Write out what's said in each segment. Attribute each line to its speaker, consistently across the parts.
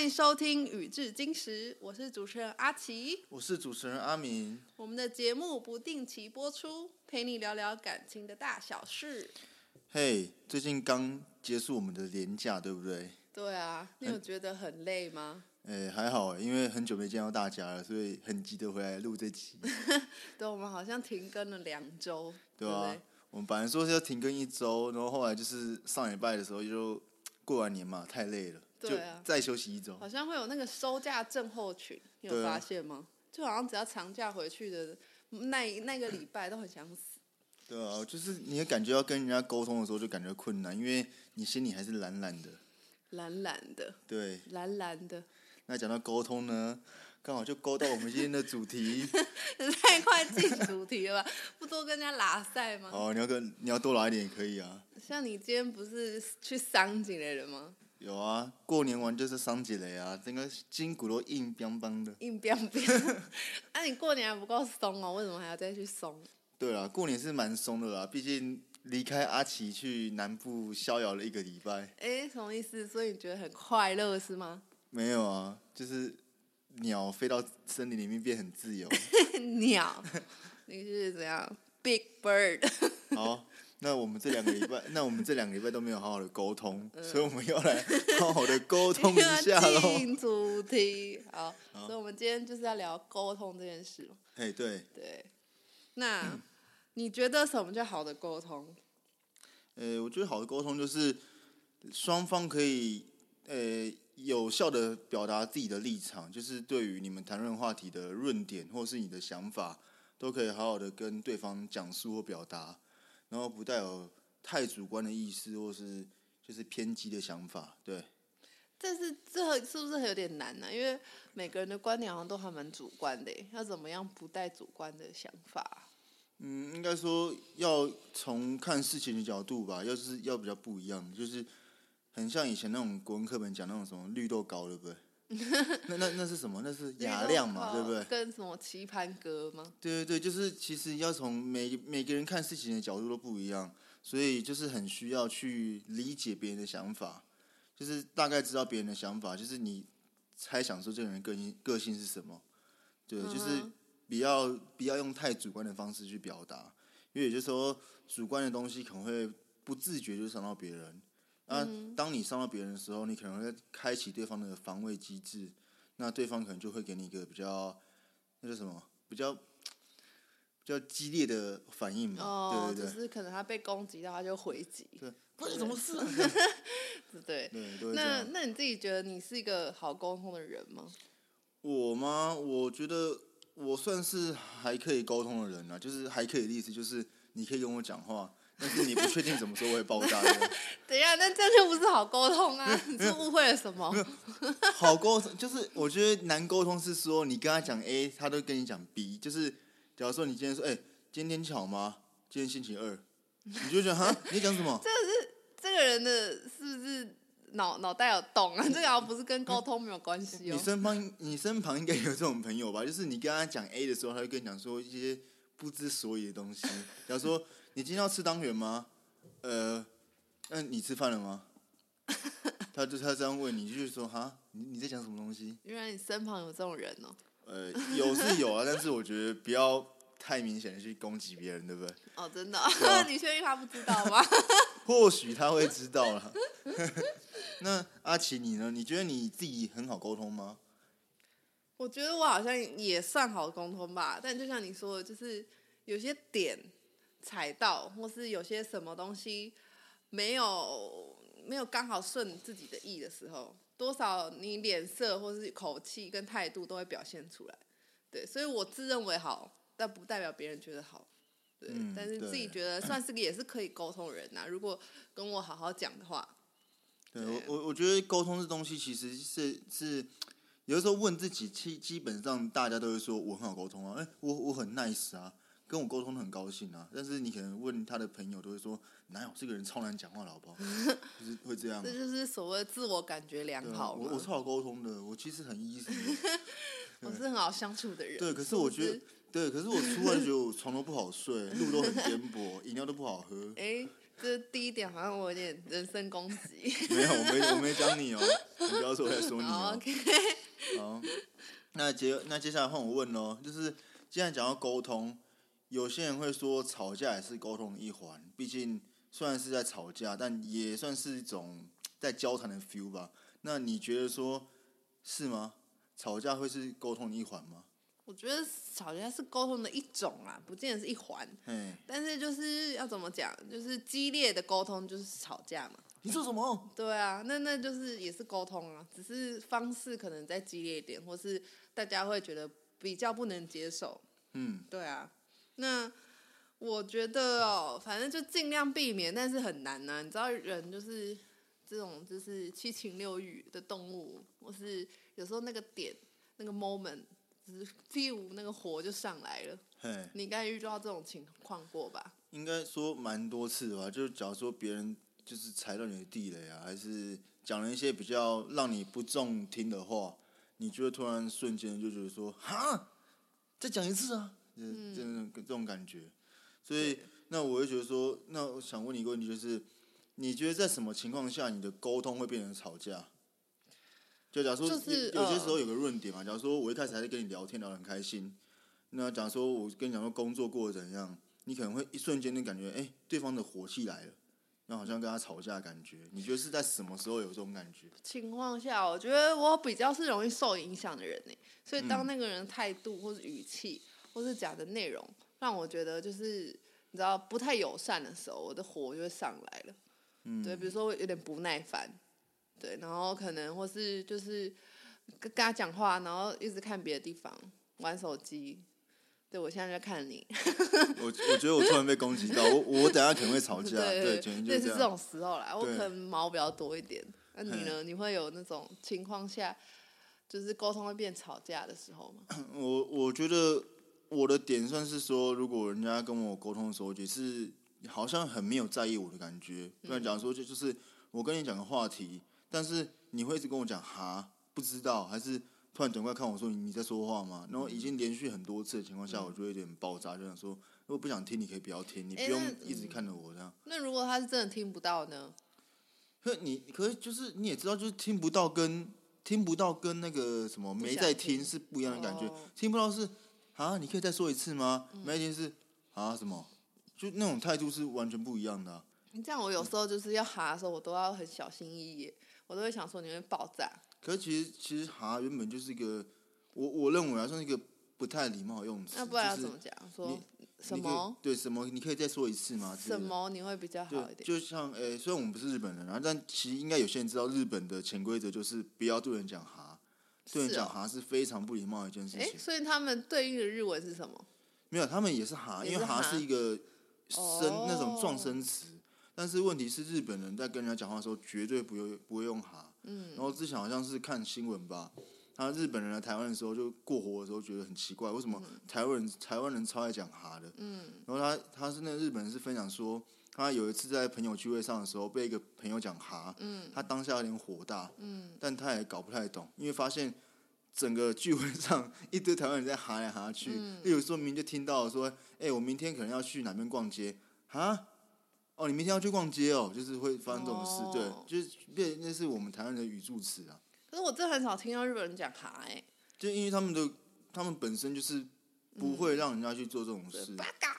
Speaker 1: 迎收听《宇治金石》，我是主持人阿奇。
Speaker 2: 我是主持人阿明。
Speaker 1: 我们的节目不定期播出，陪你聊聊感情的大小事。
Speaker 2: 嘿、最近刚结束我们的年假，对不对？
Speaker 1: 对啊，你有觉得很累吗？
Speaker 2: 诶、还好诶，因为很久没见到大家了，所以很急得回来录这 期，
Speaker 1: 对，我们好像停更了两周，
Speaker 2: 对啊
Speaker 1: 不
Speaker 2: 吧、
Speaker 1: 对？
Speaker 2: 我们本来说是要停更一周，然后后来就是上礼拜的时候就过完年嘛，太累了，
Speaker 1: 对啊
Speaker 2: 就再休息一周
Speaker 1: 好。像会有那个收假症候群，你有
Speaker 2: 对啊
Speaker 1: 发现吗？就好像只要长假回去的那那个礼拜都很想死。
Speaker 2: 对啊，就是你会感觉要跟人家沟通的时候就感觉困难，因为你心里还是懒懒的。
Speaker 1: 懒懒的，
Speaker 2: 对，
Speaker 1: 懒懒的，
Speaker 2: 那讲到沟通呢，刚好就勾到我们今天的主题。
Speaker 1: 太快进主题了吧？不多跟人家拉塞吗？
Speaker 2: 哦，你要跟你要多来一点也可以啊。
Speaker 1: 像你今天不是去桑景的人吗？
Speaker 2: 有啊，过年完就是桑吉雷啊，整个筋骨都硬邦邦的。
Speaker 1: 硬彪彪， 啊，你过年还不够松哦，为什么还要再去松？
Speaker 2: 对啦，过年是蛮松的啦，毕竟离开阿奇去南部逍遥了一个礼拜。
Speaker 1: 哎、什么意思？所以你觉得很快乐是吗？
Speaker 2: 没有啊，就是鸟飞到森林里面变很自由。
Speaker 1: 鸟，你是怎样？Big bird，
Speaker 2: 好，那我们这两个礼拜，那我们这两个礼拜都没有好好的沟通，所以我们要来好好的沟通一 下喽。
Speaker 1: 进主题。好，所以我们今天就是要聊沟通这件事嘛。
Speaker 2: 嘿，对，
Speaker 1: 对，那你觉得什么叫好的沟通？
Speaker 2: 呃，我觉得好的沟通就是双方可以呃有效的表达自己的立场，就是对于你们谈论话题的论点或是你的想法，都可以好好的跟对方讲述或表达，然后不带有太主观的意思或是就是偏激的想法。对，
Speaker 1: 但是这是不是有点难啊呢、因为每个人的观点好像都还蛮主观的耶，要怎么样不带主观的想法啊？
Speaker 2: 嗯，应该说要从看事情的角度吧，要是要比较不一样，就是很像以前那种国文课本讲那种什么绿豆糕，对不对？那那那是什么？那是雅量嘛，对不对？
Speaker 1: 呃跟什么棋盘格吗？
Speaker 2: 对对对，就是其实要从每每个人看事情的角度都不一样，所以就是很需要去理解别人的想法，就是大概知道别人的想法，就是你猜想说这个人个性个性是什么，对，就是
Speaker 1: 嗯哼
Speaker 2: 不要不要用太主观的方式去表达，因为有些时候主观的东西可能会不自觉就伤到别人，那、
Speaker 1: 嗯
Speaker 2: 当你伤到别人的时候，你可能会开启对方的防卫机制，那对方可能就会给你一个比较那叫什么比较。比较激烈的反应嘛，
Speaker 1: 哦，
Speaker 2: 嗯对对
Speaker 1: 就
Speaker 2: 对，
Speaker 1: 是可能他被攻击到，他就回击，
Speaker 2: 对不是什么事、啊，
Speaker 1: 对不 对？
Speaker 2: 对，都会这
Speaker 1: 那
Speaker 2: 样。
Speaker 1: 那你自己觉得你是一个好沟通的人吗？
Speaker 2: 我吗？我觉得我算是还可以沟通的人啊，就是还可以的意思就是你可以跟我讲话，但是你不确定什么时候会爆炸的。
Speaker 1: 等一下，那这样就不是好沟通啊！你是误会了什么？
Speaker 2: 好沟通 就是我觉得难沟通是说你跟他讲 A，他都跟你讲 B，就是假如说你今天说，哎、今天天气好吗？今天星期二，你就觉得哈，你在讲什么？
Speaker 1: 这个人的是不是脑脑袋有洞 啊？这个好像不是跟沟通没有关系
Speaker 2: 你
Speaker 1: 哦。
Speaker 2: 身旁你身旁应该有这种朋友吧？就是你跟他讲 A 的时候，他会跟你讲说一些不知所以的东西。 假如说你今天要吃汤圆吗？呃，那你吃饭 了吗？他就他这样问你，就是说哈，你你在讲什么东西？
Speaker 1: 原来你身旁有这种人哦。
Speaker 2: 呃，有是有啊，但是我觉得不要太明显的去攻击别人，对不对？
Speaker 1: 哦，真的、
Speaker 2: 对啊
Speaker 1: 你确定他不知道吗？
Speaker 2: 或许他会知道了。 那阿奇你呢？你觉得你自己很好沟通吗？
Speaker 1: 我觉得我好像也算好沟通吧，但就像你说的，就是有些点踩到，或是有些什么东西没有没有刚好顺自己的意的时候，多少你脸色或是口气跟态度都会表现出来。对，所以我自认为好，但不代表别人觉得好。对，
Speaker 2: 嗯
Speaker 1: 但是自己
Speaker 2: 对
Speaker 1: 觉得算是个也是可以沟通的人呐、如果跟我好好讲的话，
Speaker 2: 对
Speaker 1: 对
Speaker 2: 我我我觉得沟通这东西其实是是，有的时候问自己，基基本上大家都会说我很好沟通啊，哎、我我很 nice 啊，跟我沟通得很高兴啊。但是你可能问他的朋友，都会说哪有这个人超难讲话的 好不好？就是会这样啊、
Speaker 1: 这就是所谓自我感觉良
Speaker 2: 对啊。
Speaker 1: 好嘛。
Speaker 2: 我我超好沟通的，我其实很 easy 的。
Speaker 1: 我是很好相处的人。
Speaker 2: 对，可
Speaker 1: 是
Speaker 2: 是我
Speaker 1: 不
Speaker 2: 觉得， 对，可是我突然觉得我床都不好睡，路都很颠簸，饮料都不好喝。
Speaker 1: 哎，这是第一点，好像我有点人身攻击。
Speaker 2: 没有，我没我没讲你哦，你 不要说我在说你
Speaker 1: 好
Speaker 2: 哦。
Speaker 1: ，OK，
Speaker 2: 好，那接那接下来换我问喽，就是既然讲到沟通，有些人会说吵架也是沟通的一环，毕竟虽然是在吵架，但也算是一种在交谈的 feel 吧。那你觉得说是吗？吵架会是沟通的一环吗？
Speaker 1: 我觉得吵架是沟通的一种啦，不见得是一环。
Speaker 2: 嘿，
Speaker 1: 但是就是要怎么讲，就是激烈的沟通就是吵架嘛。
Speaker 2: 你说什么？
Speaker 1: 对啊，那那就是也是沟通啊，只是方式可能再激烈一点，或是大家会觉得比较不能接受。
Speaker 2: 嗯，
Speaker 1: 对啊，那我觉得哦，反正就尽量避免，但是很难呐、你知道，人就是这种就是七情六欲的动物，或是有时候那个点那个 moment，就是 feel 那个火就上来了。
Speaker 2: 嘿，
Speaker 1: 你应该遇到这种情况过吧？
Speaker 2: 应该说蛮多次吧。就是假如说别人就是踩到你的地雷啊，还是讲了一些比较让你不中听的话，你就会突然瞬间就觉得说，哈，再讲一次啊，就是
Speaker 1: 嗯
Speaker 2: 这种这种感觉。所以，那我会觉得说，那我想问你一个问题，就是你觉得在什么情况下你的沟通会变成吵架？就假如说有、
Speaker 1: 就是
Speaker 2: 有些
Speaker 1: 呃
Speaker 2: 时候有个论点嘛，假如说我一开始还在跟你聊天聊得很开心，那假如说我跟你讲说工作过得怎样，你可能会一瞬间就感觉，哎、对方的火气来了，那好像跟他吵架的感觉。你觉得是在什么时候有这种感觉？
Speaker 1: 情况下，我觉得我比较是容易受影响的人呢，所以当那个人的态度或是语气或是讲的内容让我觉得就是你知道不太友善的时候，我的火就会上来了。
Speaker 2: 嗯，
Speaker 1: 对，比如说我有点不耐烦，对，然后可能或是就是跟跟他讲话，然后一直看别的地方，玩手机。对，我现在在看你，
Speaker 2: 我我觉得我突然被攻击到，我我等一下可能会吵架，
Speaker 1: 对，
Speaker 2: 简直
Speaker 1: 类
Speaker 2: 就
Speaker 1: 似
Speaker 2: 这
Speaker 1: 这
Speaker 2: 样。
Speaker 1: 种时候啦，我
Speaker 2: 对
Speaker 1: 可能毛比较多一点。那你
Speaker 2: 嘿
Speaker 1: 呢？你会有那种情况下，就是沟通会变吵架的时候吗？
Speaker 2: 我我觉得我的点算是说，如果人家跟我沟通的时候，也是好像很没有在意我的感觉。不
Speaker 1: 嗯
Speaker 2: 然讲说就就是我跟你讲个话题，但是你会一直跟我讲哈不知道，还是突然转过来看我说你你在说话吗？然后已
Speaker 1: 嗯
Speaker 2: 经连续很多次的情况下，我就有点爆炸，就想说如果不想听，你可以不要听，你不
Speaker 1: 诶
Speaker 2: 用
Speaker 1: 那嗯
Speaker 2: 一直看着我这样。
Speaker 1: 那如果他是真的听不到呢？
Speaker 2: 可你可是就是你也知道，就是听不到跟听不到跟那个什么没
Speaker 1: 想
Speaker 2: 在
Speaker 1: 听
Speaker 2: 听是不一样的感觉。
Speaker 1: 哦嗯
Speaker 2: 听不到是啊，你可以再说一次吗？没在听是啊什么，就那种态度是完全不一样的啊、
Speaker 1: 你这样，我有时候就是要哈的时候，我都要很小心翼翼，我都会想说你会爆炸。
Speaker 2: 可是其实其实哈原本就是一个我我认为啊算是一个不太礼貌的用词，
Speaker 1: 那不然要
Speaker 2: 就是
Speaker 1: 怎么讲？说
Speaker 2: 你
Speaker 1: 什
Speaker 2: 可以
Speaker 1: 么
Speaker 2: 对什么？你可以再说一次吗？之类
Speaker 1: 什
Speaker 2: 的
Speaker 1: 么你会比较好一
Speaker 2: 对，
Speaker 1: 点？
Speaker 2: 就像诶、虽然我们不是日本人啊，但其实应该有些人知道日本的潜规则就是不要对人讲哈，对人
Speaker 1: 是
Speaker 2: 讲
Speaker 1: 哦
Speaker 2: 哈是非常不礼貌的一件事
Speaker 1: 哎、
Speaker 2: 情。
Speaker 1: 所以他们对应的日文是什么？
Speaker 2: 没有，他们也是哈，
Speaker 1: 也
Speaker 2: 因为
Speaker 1: 是哈
Speaker 2: 哈是一个声、
Speaker 1: 哦
Speaker 2: 那种撞声词。但是问题是，日本人在跟人家讲话的时候，绝对不用不会用哈。嗯。然后之前好像是看新闻吧，他日本人来台湾的时候，就过活的时候觉得很奇怪，为什么
Speaker 1: 嗯
Speaker 2: 台湾人、台湾人超爱讲哈的？嗯。然后他他是那个日本人是分享说，他有一次在朋友聚会上的时候，被一个朋友讲哈，嗯，他当下有点火大，嗯，但他也搞不太懂，因为发现整个聚会上一堆台湾人在哈来哈去，例如说明明就听到说，哎、我明天可能要去哪边逛街，哈。哦，你明天要去逛街哦，就是会发生这种事，
Speaker 1: 哦
Speaker 2: 对，就是变那是我们台湾人的语助词啊，
Speaker 1: 可是我真的很少听到日本人讲哈、欸，哎，
Speaker 2: 就因为他们的他们本身就是不会让人家去做这种事，
Speaker 1: 八嘎。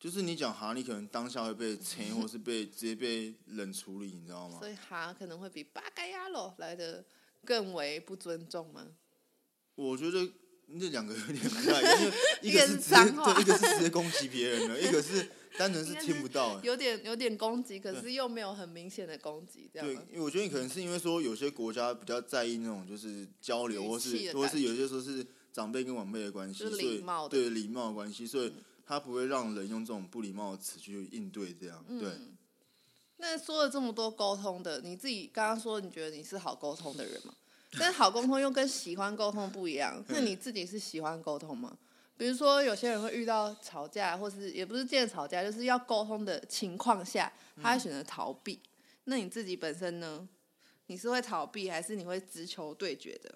Speaker 2: 就是你讲哈，你可能当下会被切，或是被直接被冷处理，你知道吗？
Speaker 1: 所以哈可能会比八嘎呀喽来的更为不尊重吗？
Speaker 2: 我觉得那两个有点不 太一样，因为一个
Speaker 1: 个
Speaker 2: 是
Speaker 1: 是
Speaker 2: 直接
Speaker 1: 脏话
Speaker 2: 对，一个是直接攻击别人 的，一个是单纯是听不到。哎
Speaker 1: 有点有点攻击，可是又没有很明显的攻击，这样啊
Speaker 2: 对
Speaker 1: 吗？，
Speaker 2: 因为我觉得你可能是因为说有些国家比较在意那种就是交流，
Speaker 1: 语
Speaker 2: 或
Speaker 1: 气的
Speaker 2: 是或是
Speaker 1: 感觉
Speaker 2: 有些时候是长辈跟晚辈的关系，
Speaker 1: 就
Speaker 2: 所
Speaker 1: 是
Speaker 2: 以
Speaker 1: 礼貌的
Speaker 2: 对礼貌的关系，所以他不会让人用这种不礼貌的词去应对这样。
Speaker 1: 嗯
Speaker 2: 对，
Speaker 1: 那说了这么多沟通的，你自己刚刚说你觉得你是好沟通的人嘛？但是好沟通又跟喜欢沟通不一样。那
Speaker 2: 嗯
Speaker 1: 你自己是喜欢沟通吗？比如说，有些人会遇到吵架，或是也不是见吵架，就是要沟通的情况下，他
Speaker 2: 嗯
Speaker 1: 会选择逃避。那你自己本身呢？你是会逃避，还是你会直球对决的？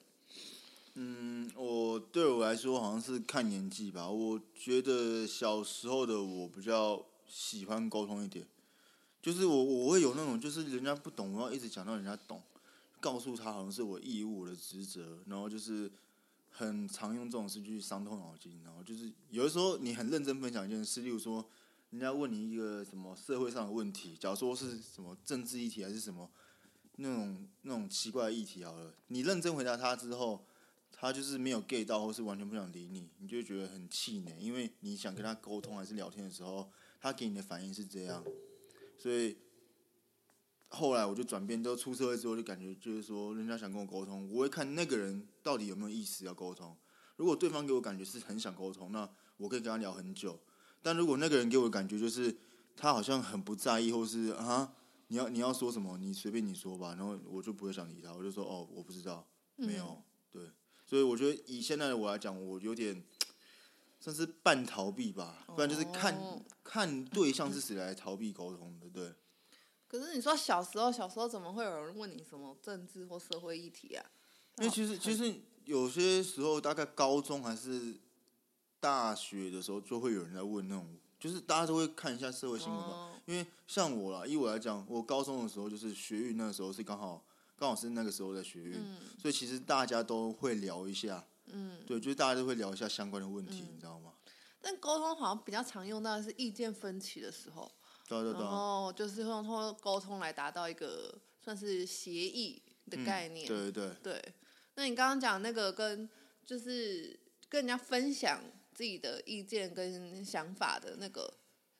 Speaker 2: 嗯，我对我来说好像是看年纪吧。我觉得小时候的我比较喜欢沟通一点，就是我我会有那种，就是人家不懂，我要一直讲到人家懂，告诉他好像是我义务、我的职责，然后就是很常用这种事去伤透脑筋，然后就是有的时候你很认真分享一件事，例如说人家问你一个什么社会上的问题，假如说是什么政治议题还是什么那种那种奇怪的议题好了，你认真回答他之后。他就是没有 get 到，或是完全不想理你，你就会觉得很气馁，因为你想跟他沟通还是聊天的时候，他给你的反应是这样，所以后来我就转变，就出社会之后就感觉就是说，人家想跟我沟通，我会看那个人到底有没有意思要沟通。如果对方给我感觉是很想沟通，那我可以跟他聊很久。但如果那个人给我的感觉就是他好像很不在意，或是啊，你要你要说什么，你随便你说吧，然后我就不会想理他，我就说哦，我不知道，
Speaker 1: 嗯
Speaker 2: 没有，对。所以我觉得以现在的我来讲，我有点算是半逃避吧，不然就是看、
Speaker 1: 哦
Speaker 2: 看对象是谁来逃避沟通的，对。
Speaker 1: 可是你说小时候，小时候怎么会有人问你什么政治或社会议题啊？
Speaker 2: 因为其实其实有些时候，大概高中还是大学的时候，就会有人在问那种，就是大家都会看一下社会新闻吧。
Speaker 1: 哦
Speaker 2: 因为像我啦，以我来讲，我高中的时候就是学运，那个时候是刚好刚好是那个时候在学运，所以其实大家都会聊一下，
Speaker 1: 嗯，
Speaker 2: 对，就是大家都会聊一下相关的问题，你知道吗？
Speaker 1: 但沟通好像比较常用到的是意见分歧的时候，
Speaker 2: 对啊对啊对
Speaker 1: 然
Speaker 2: 啊，
Speaker 1: 后就是会用通过沟通来达到一个算是协议的
Speaker 2: 嗯
Speaker 1: 概念。
Speaker 2: 对对对，
Speaker 1: 对，那你刚刚讲那个跟就是跟人家分享自己的意见跟想法的那个，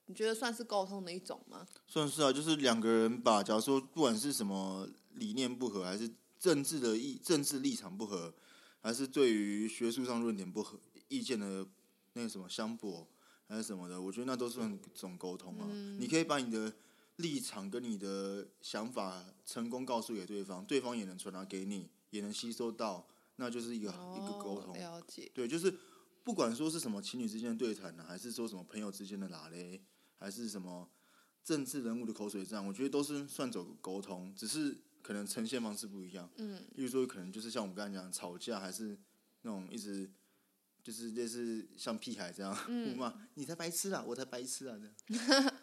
Speaker 1: 你觉得算是沟通的一种吗？
Speaker 2: 算是啊，就是两个人吧。假如说不管是什么理念不合，还是政治的意政治立场不合，还是对于学术上论点不合意见的那个什么相驳，还是什么的，我觉得那都算一种沟通啊。
Speaker 1: 嗯
Speaker 2: 你可以把你的立场跟你的想法成功告诉给对方，对方也能传达给你，也能吸收到，那就是一个、啊一个沟
Speaker 1: 哦
Speaker 2: 通。
Speaker 1: 了解。
Speaker 2: 对，就是不管说是什么情侣之间的对谈啊呢、还是说什么朋友之间的拉嘞，还是什么政治人物的口水战，我觉得都是算走沟通，只是可能呈现方式不一样。
Speaker 1: 嗯，
Speaker 2: 例如说，可能就是像我们刚才讲吵架，还是那种一直就是类似像屁孩这样 互骂、你才白痴啊，我才白痴啊这样。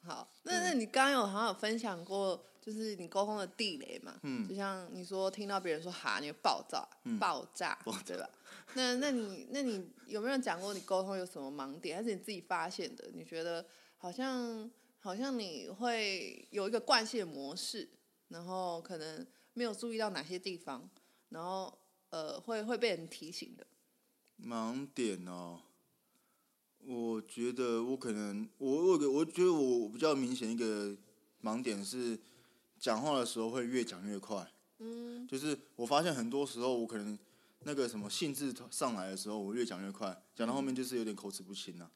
Speaker 1: 好，那那你刚刚有好像有分享过，就是你沟通的地雷嘛？
Speaker 2: 嗯
Speaker 1: 就像你说听到别人说哈，你会暴躁、嗯爆炸，对吧？那那你那你有没有讲过你沟通有什么盲点，还是你自己发现的？你觉得好像好像你会有一个惯性的模式，然后可能没有注意到哪些地方，然后呃会会被人提醒的。
Speaker 2: 盲点哦，我觉得我可能我我我觉得我比较明显一个盲点是，讲话的时候会越讲越快。
Speaker 1: 嗯，
Speaker 2: 就是我发现很多时候我可能那个什么兴致上来的时候，我越讲越快，讲到后面就是有点口齿不清了、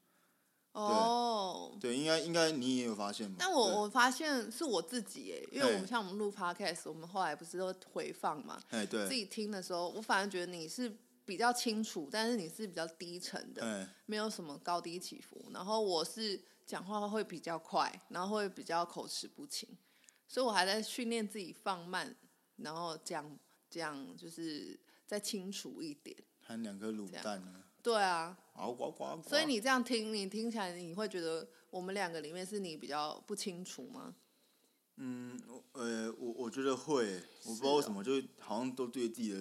Speaker 2: 啊
Speaker 1: 哦。
Speaker 2: 对，应该应该你也有发现吧？
Speaker 1: 但
Speaker 2: 对
Speaker 1: 我我发现是我自己耶，因为我们
Speaker 2: 嘿
Speaker 1: 像我们录 podcast，我们后来不是都回放嘛，
Speaker 2: 哎
Speaker 1: 自
Speaker 2: 对，
Speaker 1: 己听的时候，我反而觉得你是比较清楚，但是你是比较低沉的，
Speaker 2: 哎
Speaker 1: 没有什么高低起伏。然后我是讲话会比较快，然后会比较口齿不清，所以我还在训练自己放慢，然后讲讲就是再清楚一点。
Speaker 2: 含两颗卤
Speaker 1: 这样
Speaker 2: 蛋呢，
Speaker 1: 对啊，
Speaker 2: 啊呱呱呱。
Speaker 1: 所以你这样听，你听起来你会觉得我们两个里面是你比较不清楚吗？
Speaker 2: 嗯，我呃，我我觉得会，我不知道为什
Speaker 1: 哦
Speaker 2: 么，就好像都对自己的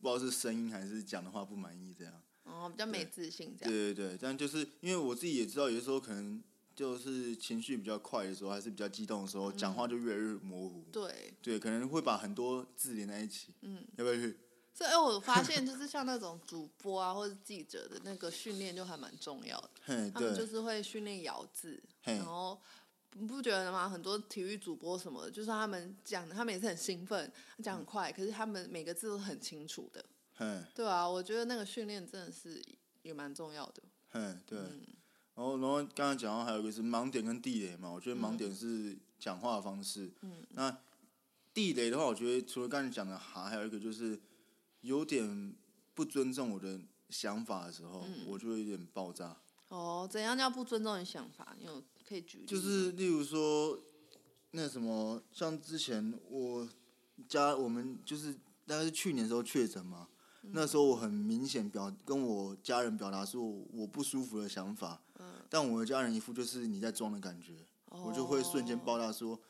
Speaker 2: 不知道是声音还是讲的话不满意这样。
Speaker 1: 哦，比较没自信这样。
Speaker 2: 对对对，但就是因为我自己也知道，有的时候可能就是情绪比较快的时候，还是比较激动的时候，讲话就越来越模糊。
Speaker 1: 嗯对，
Speaker 2: 对，可能会把很多字连在一起。
Speaker 1: 嗯，
Speaker 2: 要不要去？
Speaker 1: 所以哎我发现就是像那种主播啊或者记者的那个训练就还蛮重要的。
Speaker 2: 嘿，
Speaker 1: 他们就
Speaker 2: 对，
Speaker 1: 是会训练咬字，
Speaker 2: 嘿
Speaker 1: 然后你不觉得吗？很多体育主播什么的，就是他们讲的，他们也是很兴奋，讲很
Speaker 2: 嗯
Speaker 1: 快，可是他们每个字都很清楚的。
Speaker 2: 嘿，
Speaker 1: 对啊，我觉得那个训练真的是也蛮重要的。
Speaker 2: 嘿，对。
Speaker 1: 嗯
Speaker 2: 然后，然后刚才讲到还有一个是盲点跟地雷嘛，我觉得盲点是讲话的方式。
Speaker 1: 嗯。
Speaker 2: 那地雷的话，我觉得除了刚才讲的哈，还有一个就是有点不尊重我的想法的时候，我就会有点爆炸。
Speaker 1: 哦，怎样叫不尊重你想法？你有可以举例吗？
Speaker 2: 就是例如说，那什么，像之前我家我们就是大概是去年的时候确诊嘛，那时候我很明显表跟我家嗯人表达出我不舒服的想法，但我的家人一副就是你在装的感觉，我就会瞬
Speaker 1: 哦
Speaker 2: 间爆炸说：“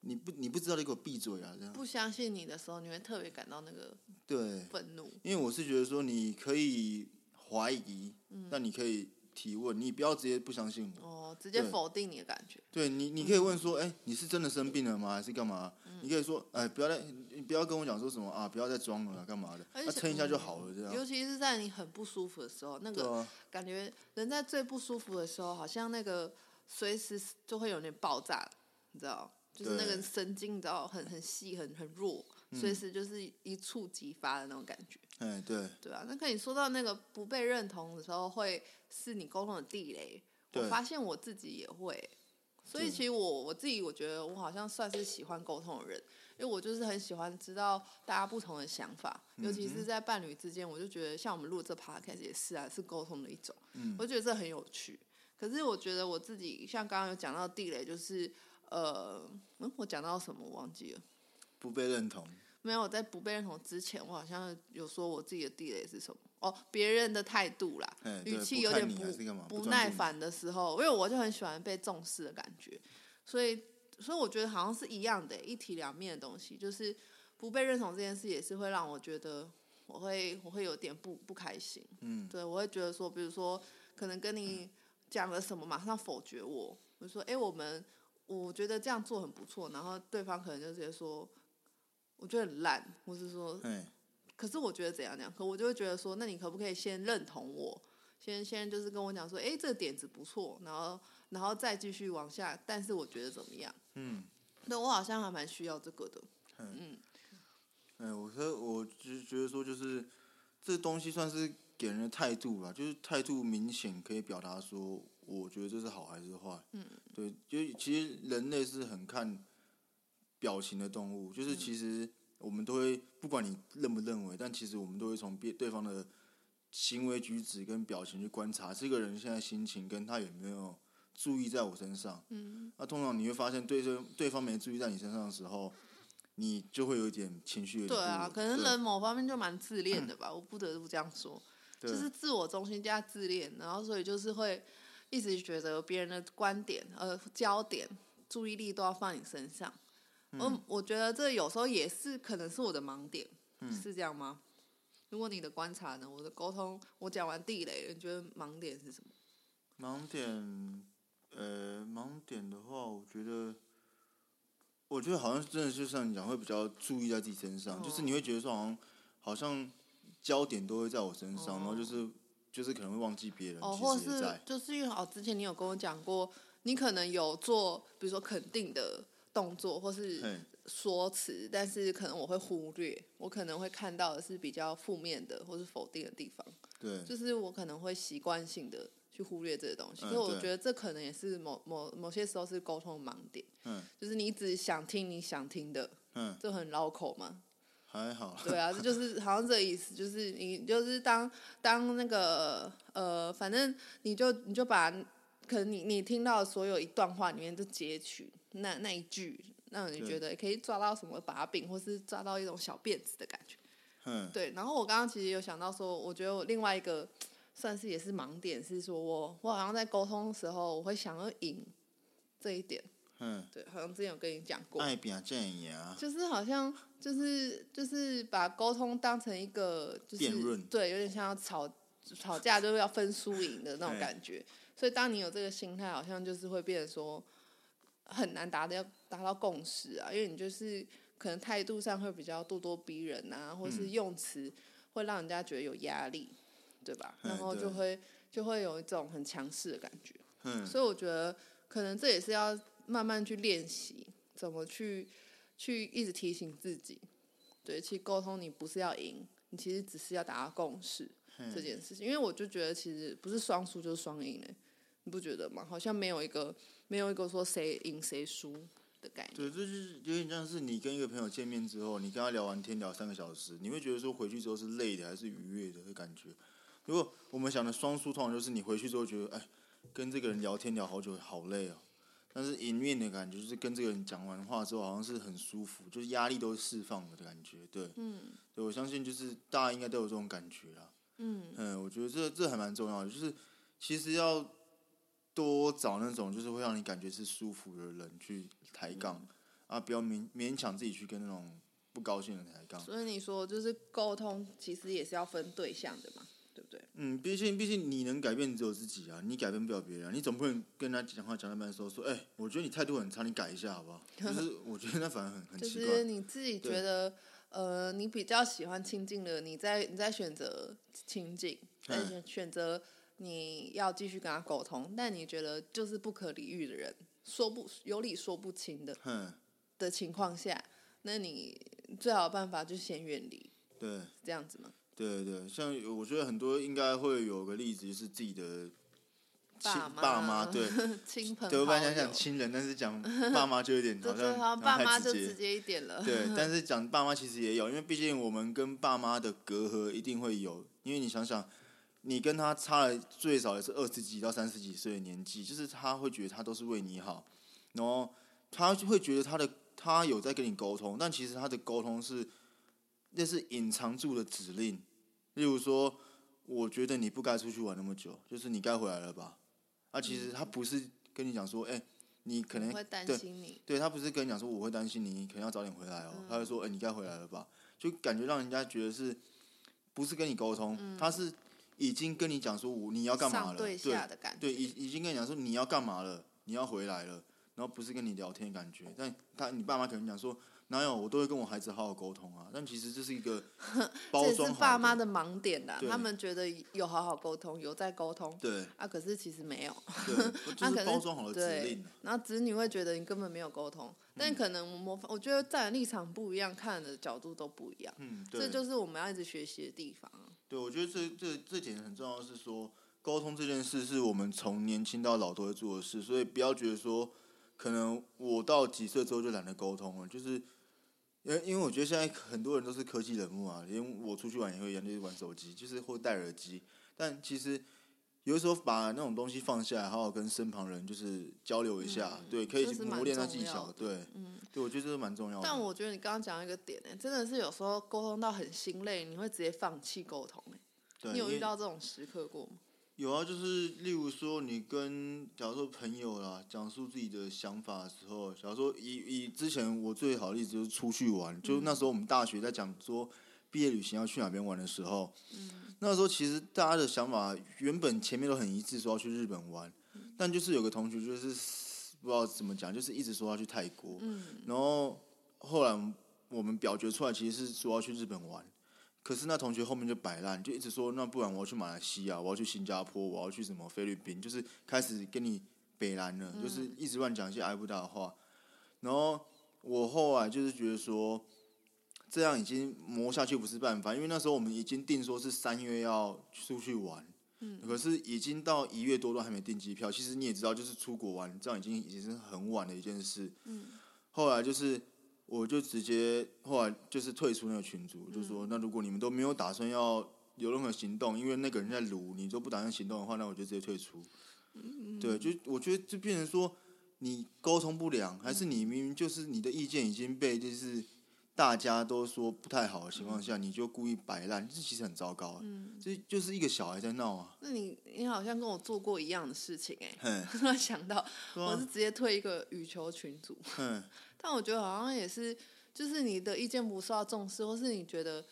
Speaker 2: 你不你不知道你给我闭嘴啊！”这样
Speaker 1: 不相信你的时候，你会特别感到那个
Speaker 2: 对，
Speaker 1: 愤怒。
Speaker 2: 因为我是觉得说你可以怀疑，
Speaker 1: 嗯
Speaker 2: 但你可以提问，你不要直接不相信我。
Speaker 1: 哦，直接
Speaker 2: 对
Speaker 1: 否定你的感觉。
Speaker 2: 对你，你可以问说，哎、你是真的生病了吗？还是干嘛？你可以说，哎、不要再，你不要跟我讲说什么啊，不要再装了啊，干嘛的？
Speaker 1: 而
Speaker 2: 那、
Speaker 1: 且
Speaker 2: 撑一下就好了，这
Speaker 1: 尤
Speaker 2: 样。
Speaker 1: 其是在你很不舒服的时候，那
Speaker 2: 对
Speaker 1: 个
Speaker 2: 啊，
Speaker 1: 感觉人在最不舒服的时候，好像那个随时就会有点爆炸，你知道，就是那
Speaker 2: 对嗯
Speaker 1: 个神经，你知道，很很细，很很弱，随时就是一触即发的那种感觉，
Speaker 2: 哎，对，
Speaker 1: 对啊，那跟你说到那个不被认同的时候，会是你沟通的地雷。我
Speaker 2: 对
Speaker 1: 发现我自己也会，所以
Speaker 2: 对
Speaker 1: 其实我我自己我觉得我好像算是喜欢沟通的人，因为我就是很喜欢知道大家不同的想法，
Speaker 2: 嗯
Speaker 1: 尤其是在伴侣之间，我就觉得像我们录这 podcast 也是啊，是沟通的一种，
Speaker 2: 嗯
Speaker 1: 我觉得这很有趣。可是我觉得我自己像刚刚有讲到地雷，就是呃，嗯，我讲到什么我忘记了。
Speaker 2: 不被认同，
Speaker 1: 没有在不被认同之前，我好像有说我自己的地雷是什么哦，别人的态度啦
Speaker 2: 哎，对
Speaker 1: 语气
Speaker 2: 不
Speaker 1: 有
Speaker 2: 看
Speaker 1: 点
Speaker 2: 你还是干嘛不
Speaker 1: 不
Speaker 2: 尊
Speaker 1: 耐
Speaker 2: 重你
Speaker 1: 烦的时候，因为我就很喜欢被重视的感觉，所以所以我觉得好像是一样的，一体两面的东西，就是不被认同这件事也是会让我觉得我会我会有点不不开心，
Speaker 2: 嗯，
Speaker 1: 对我会觉得说，比如说可能跟你讲了什么，马上否决我，我就说哎、诶我们我觉得这样做很不错，然后对方可能就直接说。我觉得很烂，或是说
Speaker 2: 哎，
Speaker 1: 可是我觉得怎样怎样，可我就会觉得说，那你可不可以先认同我？先先就是跟我讲说，诶，这个点子不错，然后然后再继续往下。但是我觉得怎么样？
Speaker 2: 嗯，
Speaker 1: 对我好像还蛮需要这个的。
Speaker 2: 哎，我说，我就觉得说，就是这东西算是给人的态度吧，就是态度明显可以表达说，我觉得这是好还是坏。嗯，对，就其实人类是很看表情的动物，就是其实我们都会不管你认不认为，但其实我们都会从别对方的行为举止跟表情去观察这个人现在心情跟他有没有注意在我身上。嗯，那通常你会发现对对对方没注意在你身上的时候。你就会有一点情绪有点
Speaker 1: 对
Speaker 2: 不稳，
Speaker 1: 啊，可能
Speaker 2: 嗯对
Speaker 1: 人某方面就蛮自恋的吧，我不得不这样说，
Speaker 2: 对
Speaker 1: 就是自我中心加自恋，然后所以就是会一直觉得别人的观点、呃焦点、注意力都要放你身上。嗯，我觉得这有时候也是可能是我的盲点，
Speaker 2: 嗯
Speaker 1: 是这样吗？如果你的观察呢，我的沟通，我讲完地雷了，你觉得盲点是什
Speaker 2: 嗯
Speaker 1: 么？
Speaker 2: 盲点，呃，盲点的话，我觉得，我觉得好像真的就像你讲，会比较注意在自己身上，就是你会觉得说好像好像焦点都会在我身上，然后就是就是可能会忘记别人
Speaker 1: 哦，或
Speaker 2: 其实也
Speaker 1: 是
Speaker 2: 在，
Speaker 1: 就是因为哦，之前你有跟我讲过，你可能有做，比如说肯定的动作，或是
Speaker 2: 嘿，
Speaker 1: 说辞，但是可能我会忽略，我可能会看到的是比较负面的或是否定的地方，
Speaker 2: 对，
Speaker 1: 就是我可能会习惯性的去忽略这些东西，所
Speaker 2: 嗯
Speaker 1: 以我
Speaker 2: 对
Speaker 1: 觉得这可能也是某某某些时候是沟通的盲点，
Speaker 2: 嗯
Speaker 1: 就是你只想听你想听的，
Speaker 2: 嗯，
Speaker 1: 这很绕口嘛，
Speaker 2: 还好，
Speaker 1: 对啊，这就是好像这意思，就是你就是当当那个呃，反正你就你就把可能你你听到的所有一段话里面就截取那那一句，让你
Speaker 2: 对
Speaker 1: 觉得可以抓到什么把柄，或是抓到一种小辫子的感觉。
Speaker 2: 嗯，
Speaker 1: 对，然后我刚刚其实有想到说，我觉得我另外一个算是也是盲点是说我我好像在沟通的时候，我会想要赢这一点，
Speaker 2: 嗯，
Speaker 1: 对，好像之前有跟你讲过，
Speaker 2: 爱表见牙，
Speaker 1: 就是好像就是就是把沟通当成一个就是
Speaker 2: 辩论
Speaker 1: 对，有点像要吵吵架，就是要分输赢的那种
Speaker 2: 哎
Speaker 1: 感觉。所以当你有这个心态，好像就是会变得说很难达到达到共识啊，因为你就是可能态度上会比较咄咄逼人啊，或
Speaker 2: 嗯
Speaker 1: 是用词会让人家觉得有压力，对吧？
Speaker 2: 哎
Speaker 1: 然后就
Speaker 2: 对
Speaker 1: 会就会有一种很强势的感觉。
Speaker 2: 嗯，
Speaker 1: 所以我觉得可能这也是要慢慢去练习，怎么去去一直提醒自己，对，其实沟通你不是要赢，你其实只是要达到共识
Speaker 2: 嗯
Speaker 1: 这件事情。因为我就觉得其实不是双输就是双赢嘞、欸你不觉得吗？好像没有一个没有一个说谁赢谁输的概念。
Speaker 2: 对，这就是有点像是你跟一个朋友见面之后，你跟他聊完天聊三个小时，你会觉得说回去之后是累的还是愉悦的的感觉。如果我们想的双输，通常就是你回去之后觉得，哎，跟这个人聊天聊好久，好累哦。但是迎面的感觉就是跟这个人讲完话之后，好像是很舒服，就是压力都释放了的感觉。对，嗯，对我相信就是大家应该都有这种感觉啦。嗯我觉得这这还蛮重要的，就是其实要多找那种就是会让你感觉是舒服的人去抬杠、啊，不要勉勉强自己去跟那种不高兴的人抬杠。
Speaker 1: 所以你说就是沟通，其实也是要分对象的嘛，对不对？
Speaker 2: 嗯，毕竟毕竟你能改变只有自己啊，你改变不了别人啊、你总不能跟他讲话讲到一半说说，哎、我觉得你态度很差，你改一下好不好？ 就是我觉得那反而很很
Speaker 1: 就
Speaker 2: 奇怪。
Speaker 1: 是你自己
Speaker 2: 对
Speaker 1: 觉得，呃，你比较喜欢亲近的，你再你再选择亲近，再
Speaker 2: 嗯
Speaker 1: 选选择你要继续跟他沟通，但你觉得就是不可理喻的人，说不有理说不清的
Speaker 2: 哼，
Speaker 1: 的情况下，那你最好的办法就是先远离，
Speaker 2: 对。
Speaker 1: 是这样子吗？
Speaker 2: 对对，像有我觉得很多应该会有个例子，就是自己的亲
Speaker 1: 爸妈
Speaker 2: 爸妈 对，
Speaker 1: 亲朋
Speaker 2: 对，我本
Speaker 1: 好
Speaker 2: 来想
Speaker 1: 友
Speaker 2: 讲，亲人，但是讲爸妈就 有点
Speaker 1: 对
Speaker 2: 好
Speaker 1: 对，
Speaker 2: 像
Speaker 1: 好
Speaker 2: 好
Speaker 1: 像
Speaker 2: 像
Speaker 1: 爸妈
Speaker 2: 太
Speaker 1: 就直
Speaker 2: 接。
Speaker 1: 接一点 了，
Speaker 2: 对，但是讲爸妈其实也有，因为毕竟我们跟爸妈的隔阂一定会有，因为你想想，你跟他差了最少也是二十几到三十几岁的年纪，就是他会觉得他都是为你好，然后他就会觉得他的他有在跟你沟通，但其实他的沟通是那是隐藏住的指令，例如说，我觉得你不该出去玩那么久，就是你该回来了吧？啊，其实他不是跟你讲说，哎、你可能
Speaker 1: 会担
Speaker 2: 对
Speaker 1: 心你，
Speaker 2: 对他不是跟你讲说我会担心你，可能要早点回来哦，
Speaker 1: 嗯
Speaker 2: 他就说，哎、你该回来了吧？就感觉让人家觉得是不是跟你沟通，他是已经跟你讲说我你要干
Speaker 1: 嗯
Speaker 2: 嘛
Speaker 1: 上
Speaker 2: 了，
Speaker 1: 对下的感觉，
Speaker 2: 对，已已经跟你讲说你要干嘛了，你要回来了，然后不是跟你聊天的感觉，但他你爸妈可能讲说哪有，我都会跟我孩子好好沟通啊，但其实这是 一个包
Speaker 1: 这也
Speaker 2: 装
Speaker 1: 是
Speaker 2: 好
Speaker 1: 爸妈的盲点啦，
Speaker 2: 对
Speaker 1: 他们觉得有好好沟通，有在沟通。
Speaker 2: 对
Speaker 1: 啊，可是其实没有，
Speaker 2: 对，
Speaker 1: 那
Speaker 2: 就
Speaker 1: 可
Speaker 2: 是
Speaker 1: 是
Speaker 2: 包装好的指
Speaker 1: 对
Speaker 2: 令啊，，嗯
Speaker 1: 然后子女会觉得你根本没有沟通，但可能我们我觉得站的立场不一样，看的角度都不一样，
Speaker 2: 嗯，对
Speaker 1: 这就是我们要一直学习的地方啊。
Speaker 2: 对，我觉得这这这点很重要，是说沟通这件事是我们从年轻到老都会做的事，所以不要觉得说可能我到几岁之后就懒得沟通了，就是因为因为我觉得现在很多人都是科技冷漠啊，连我出去玩也会一样，就是玩手机，就是或戴耳机，但其实。有的时候把那种东西放下来，好好跟身旁人就是交流一下，对，可
Speaker 1: 嗯
Speaker 2: 以
Speaker 1: 这
Speaker 2: 去
Speaker 1: 是蛮
Speaker 2: 磨练那
Speaker 1: 重
Speaker 2: 技
Speaker 1: 要
Speaker 2: 巧，
Speaker 1: 的嗯
Speaker 2: 对，对，我觉得这是蛮重要的。
Speaker 1: 但我觉得你刚刚讲到一个点、欸，真的是有时候沟通到很心累，你会直接放弃沟通、欸，
Speaker 2: 对
Speaker 1: 你有
Speaker 2: 因为
Speaker 1: 遇到这种时刻过吗？
Speaker 2: 有啊，就是例如说，你跟假如说朋友啦，讲述自己的想法的时候，假如说以以之前我最好的例子就是出去玩，就那时候我们大学在讲说毕业旅行要去哪边玩的时候，那时候其实大家的想法原本前面都很一致，说要去日本玩，但就是有个同学就是不知道怎么讲，就是一直说要去泰国，然后后来我们我们表决出来其实是说要去日本玩。可是那同学后面就摆烂，就一直说那不然我要去马来西亚，我要去新加坡，我要去什么菲律宾，就是开始跟你北兰了，就是一直乱讲一些哎挨不搭的话。然后我后来就是觉得说，这样已经磨下去不是办法，因为那时候我们已经定说是三月要出去玩，可是已经到一月多都还没订机票。其实你也知道，就是出国玩这样已经已经是很晚的一件事。后来就是我就直接后来就是退出那个群组，就
Speaker 1: 嗯
Speaker 2: 说那如果你们都没有打算要有任何行动，因为那个人在撸，你都不打算行动的话，那我就直接退出。
Speaker 1: 嗯
Speaker 2: 对，就我觉得就变成说你沟通不良，还
Speaker 1: 嗯
Speaker 2: 是你明明就是你的意见已经被就是大家都说不太好的情况
Speaker 1: 嗯
Speaker 2: 下，你就故意摆烂，这其实很糟糕。嗯，这就是一个小孩在闹啊。
Speaker 1: 那你你好像跟我做过一样的事情、欸， 哎，
Speaker 2: 哼，
Speaker 1: 突然想到，
Speaker 2: 对啊
Speaker 1: 我是直接退一个羽球群组，
Speaker 2: 哼，
Speaker 1: 但我觉得好像也是，就是你的意见不受到重视，或是你觉得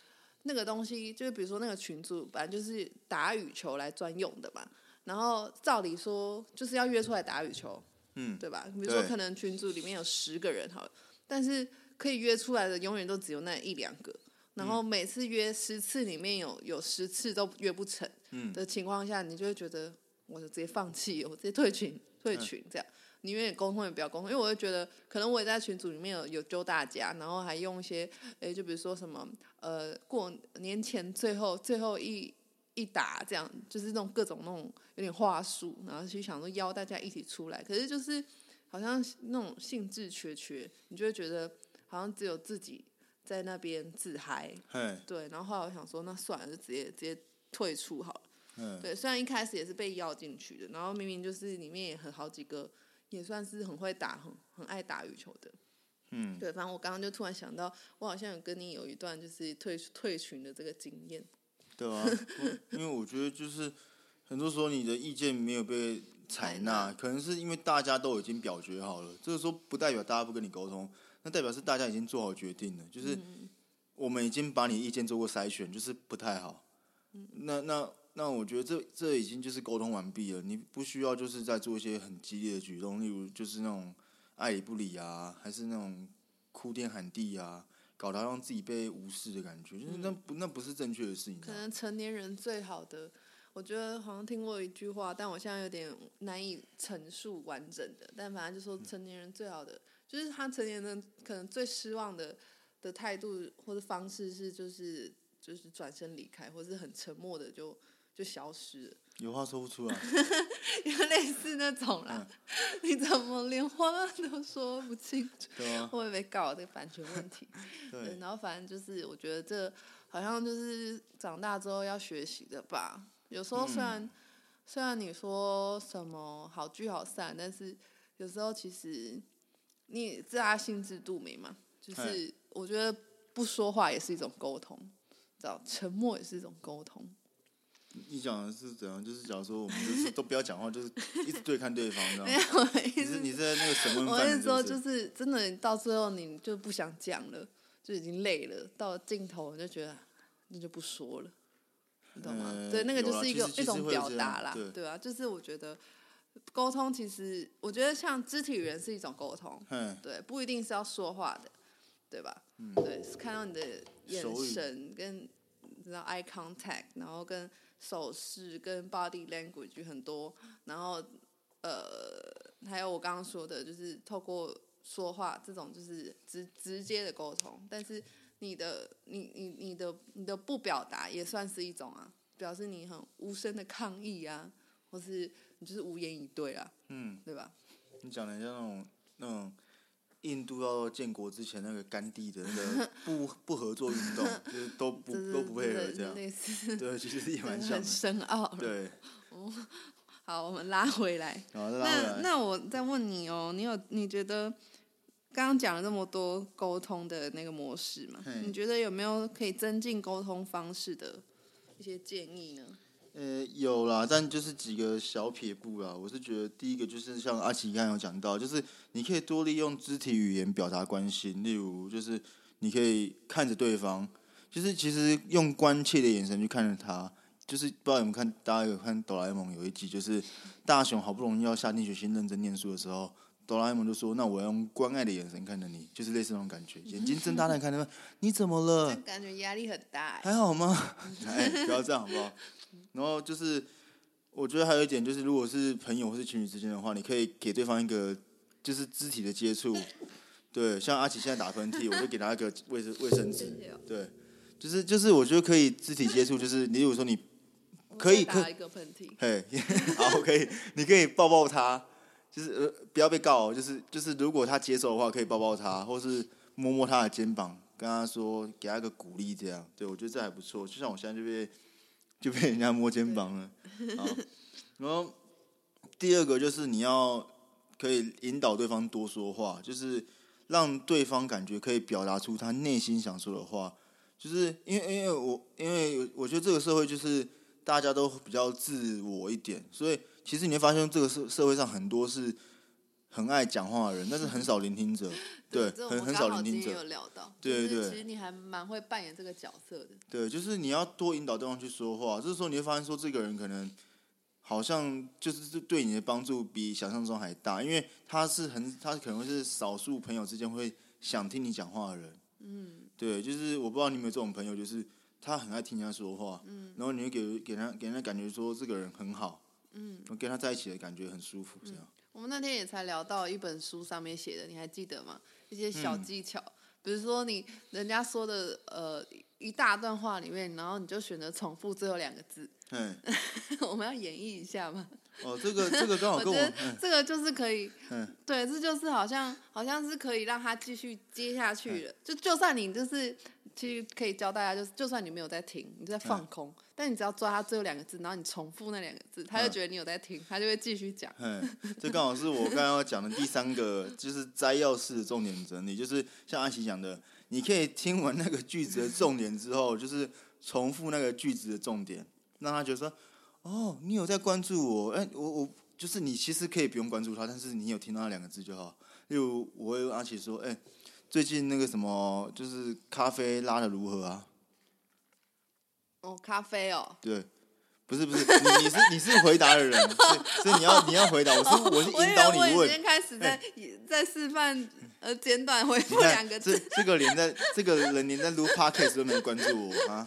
Speaker 1: 那个东西，就是比如说那个群组本来就是打羽球来专用的嘛，然后照理说就是要约出来打羽球，
Speaker 2: 嗯，
Speaker 1: 对吧？比如说
Speaker 2: 对
Speaker 1: 可能群组里面有十个人好了，但是可以约出来的永远都只有那一两个。然后每次约十次里面有有十次都约不成
Speaker 2: 嗯
Speaker 1: 的情况下，你就会觉得我就直接放弃，我直接退群退群这样。你永远沟通也不要沟通，因为我会觉得可能我也在群组里面有有揪大家，然后还用一些诶，就比如说什么呃过年前最后最后一一打这样，就是那种各种那种有点话术，然后去想说邀大家一起出来，可是就是好像那种兴致缺缺，你就会觉得好像只有自己在那边自嗨，
Speaker 2: 嘿，
Speaker 1: 对。然后后来我想说，那算了，就直接直接退出好了。
Speaker 2: 嗯，
Speaker 1: 对，虽然一开始也是被邀进去的，然后明明就是里面也很好几个，也算是很会打、很很爱打羽球的。
Speaker 2: 嗯，
Speaker 1: 对，反正我刚刚就突然想到，我好像有跟你有一段就是退退群的这个经验。
Speaker 2: 对啊，我因为我觉得就是很多时候你的意见没有被采
Speaker 1: 采
Speaker 2: 纳，
Speaker 1: 纳
Speaker 2: 可能是因为大家都已经表决好了，这个时候不代表大家不跟你沟通，那代表是大家已经做好决定了，就是我们已经把你意见做过筛选，就是不太好。那那那我觉得这这已经就是沟通完毕了，你不需要就是在做一些很激烈的举动，例如就是那种爱理不理啊，还是那种哭天喊地啊，搞得让自己被无视的感觉，就是那不那不是正确的事情啊、
Speaker 1: 可能成年人最好的，我觉得好像听过一句话，但我现在有点难以陈述完整的。但反正就说成年人最好的，就是他成年人可能最失望的的态度或者方式是，就是就是转身离开，或是很沉默的就就消失了，
Speaker 2: 有话说 不出来。
Speaker 1: 类似那种啦。 你怎么连话都说不清楚？
Speaker 2: 对啊，
Speaker 1: 会不会被告这个版权问题？
Speaker 2: 对，
Speaker 1: 然后反正就是，我觉得这好像就是长大之后要学习的吧。有时候虽然、虽然你说什么好聚好散，但是有时候其实你也知道他心知肚明嘛。就
Speaker 2: 哎
Speaker 1: 是我觉得不说话也是一种沟通，知道沉默也是一种沟通。
Speaker 2: 你讲的是怎样？就是假如说我们就是都不要讲话，就是一直对看对方这
Speaker 1: 没有
Speaker 2: 样。，
Speaker 1: 我的
Speaker 2: 你
Speaker 1: 意思
Speaker 2: 是你是在那个审问
Speaker 1: 我
Speaker 2: 犯
Speaker 1: 跟
Speaker 2: 人
Speaker 1: 你说，
Speaker 2: 是
Speaker 1: 就
Speaker 2: 不是
Speaker 1: 是真的，到最后你就不想讲了，就已经累了，到了尽头我就觉得那就不说了，你懂吗？
Speaker 2: 呃
Speaker 1: 对，那个就
Speaker 2: 有啦
Speaker 1: 是一
Speaker 2: 其
Speaker 1: 个
Speaker 2: 实
Speaker 1: 一
Speaker 2: 其实
Speaker 1: 种
Speaker 2: 会
Speaker 1: 表
Speaker 2: 这样
Speaker 1: 达啦，
Speaker 2: 对
Speaker 1: 啊，就是我觉得沟通其实，我觉得像肢体语言是一种沟通，
Speaker 2: 嗯，
Speaker 1: 对，不一定是要说话的，对吧？嗯、对，是看到你的眼
Speaker 2: 手语
Speaker 1: 神跟你知道 eye contact，然后跟手势跟 body language 很多，然后呃，还有我刚刚说的，就是透过说话这种就是直直接的沟通，但是你的你你你的你的不表达也算是一种啊，表示你很无声的抗议啊，或是你就是无言以对啊，
Speaker 2: 嗯，
Speaker 1: 对吧？
Speaker 2: 你讲的像那种那种印度要建国之前那个甘地的那个 不不合作运动，就是都不
Speaker 1: 这是
Speaker 2: 都不配合这
Speaker 1: 这
Speaker 2: 样
Speaker 1: 是。类似
Speaker 2: 对，其实也蛮像
Speaker 1: 很
Speaker 2: 的。
Speaker 1: 深奥了。
Speaker 2: 对，
Speaker 1: 好，我们拉回来。
Speaker 2: 然后再拉回
Speaker 1: 那
Speaker 2: 来。
Speaker 1: 那我再问你哦，你有你觉得刚刚讲了这么多沟通的那个模式嘛
Speaker 2: 嘿？
Speaker 1: 你觉得有没有可以增进沟通方式的一些建议呢？
Speaker 2: 呃，有啦，但就是几个小撇步啦。我是觉得第一个就是像阿奇刚刚有讲到，就是你可以多利用肢体语言表达关心，例如就是你可以看着对方，就是其实用关切的眼神去看着他。就是不知道有没有看，大家有看哆啦 A 梦有一集，就是大雄好不容易要下定决心认真念书的时候，哆啦 A 梦就说：“那我要用关爱的眼神看着你。”就是类似那种感觉，眼睛睁大大地看着他，你怎么
Speaker 1: 这
Speaker 2: 了
Speaker 1: 样？感觉压力很大欸。
Speaker 2: 还好吗？ 哎，不要这样好不好？然后就是，我觉得还有一点就是，如果是朋友或是情侣之间的话，你可以给对方一个就是肢体的接触。对，像阿奇现在打喷 嚏，我就给他一个卫生卫生纸
Speaker 1: 谢谢哦。
Speaker 2: 对，就是就是，我觉得可以肢体接触，就是你如果说你可
Speaker 1: 我
Speaker 2: 以
Speaker 1: 再
Speaker 2: 可
Speaker 1: 打一个喷嚏。
Speaker 2: 嘿， 好，可以，你可以抱抱他，就是呃，不要被告哦，就是就是，如果他接受的话，可以抱抱他，或是摸摸他的肩膀，跟他说，给他一个鼓励，这样，对我觉得这还不错。就像我现在就被就被人家摸肩膀了，好，然后第二个就是你要可以引导对方多说话，就是让对方感觉可以表达出他内心想说的话，就是因为因为我因为我觉得这个社会就是。大家都比较自我一点，所以其实你会发现这个社社会上很多是很爱讲话的人，但是很少 聆听者，对，
Speaker 1: 这我
Speaker 2: 很
Speaker 1: 们
Speaker 2: 很
Speaker 1: 刚
Speaker 2: 少
Speaker 1: 好今
Speaker 2: 聆听
Speaker 1: 天
Speaker 2: 者
Speaker 1: 有，聊到，
Speaker 2: 对
Speaker 1: 就是
Speaker 2: 对
Speaker 1: 其实你还蛮会扮演这个角色的，
Speaker 2: 对，就是你要多引导对方去说话，这时候你会发现说这个人可能好像就是对你的帮助比想象中还大，因为他是很他可能会是少数朋友之间会想听你讲话的人，嗯，对，就是我不知道你有没有这种朋友，就是他很爱听人家说话，嗯，然后你会给给他给人家感觉说这个人很好，嗯，我跟他在一起的感觉很舒服，这样。
Speaker 1: 我们那天也才聊到一本书上面写的，你还记得吗？一些小
Speaker 2: 嗯
Speaker 1: 技巧，比如说你人家说的呃一大段话里面，然后你就选择重复最后两个字，
Speaker 2: 嗯，
Speaker 1: 我们要演绎一下吗？
Speaker 2: 哦，这个这个刚好
Speaker 1: 我
Speaker 2: 跟
Speaker 1: 觉
Speaker 2: 我
Speaker 1: 得
Speaker 2: 嗯
Speaker 1: 这个就是可以，
Speaker 2: 嗯
Speaker 1: 对，这就是好像好像是可以让他继续接下
Speaker 2: 嗯
Speaker 1: 去的。就就算你就是其实可以教大家，就是就算你没有在听，你在
Speaker 2: 嗯
Speaker 1: 放空，但你只要抓他最后两个字，然后你重复那两个字，他就
Speaker 2: 嗯
Speaker 1: 觉得你有在听，他就会继续讲。
Speaker 2: 嗯， 这刚好是我刚刚要讲的第三个，就是摘要式的重点整理，就是像阿奇讲的，你可以听完那个句子的重点之后，就是重复那个句子的重点，让他觉得说，哦，你有在关注我，哎、我我就是你其实可以不用关注他，但是你有听到那两个字就好。例如，我会问阿奇说：“哎、最近那个什么，就是咖啡拉的如何啊
Speaker 1: 哦，咖啡哦？”，
Speaker 2: 对，不是不是，你你是你是回答的人，所以所以你要你要回答，我是 我是
Speaker 1: 我以
Speaker 2: 引
Speaker 1: 为
Speaker 2: 导
Speaker 1: 我
Speaker 2: 你
Speaker 1: 已
Speaker 2: 问
Speaker 1: 经。开始在 在示范呃简短回
Speaker 2: 你
Speaker 1: 复两
Speaker 2: 看
Speaker 1: 个
Speaker 2: 这
Speaker 1: 字，
Speaker 2: 这个连在这个人连在录 podcast 都没关注我啊！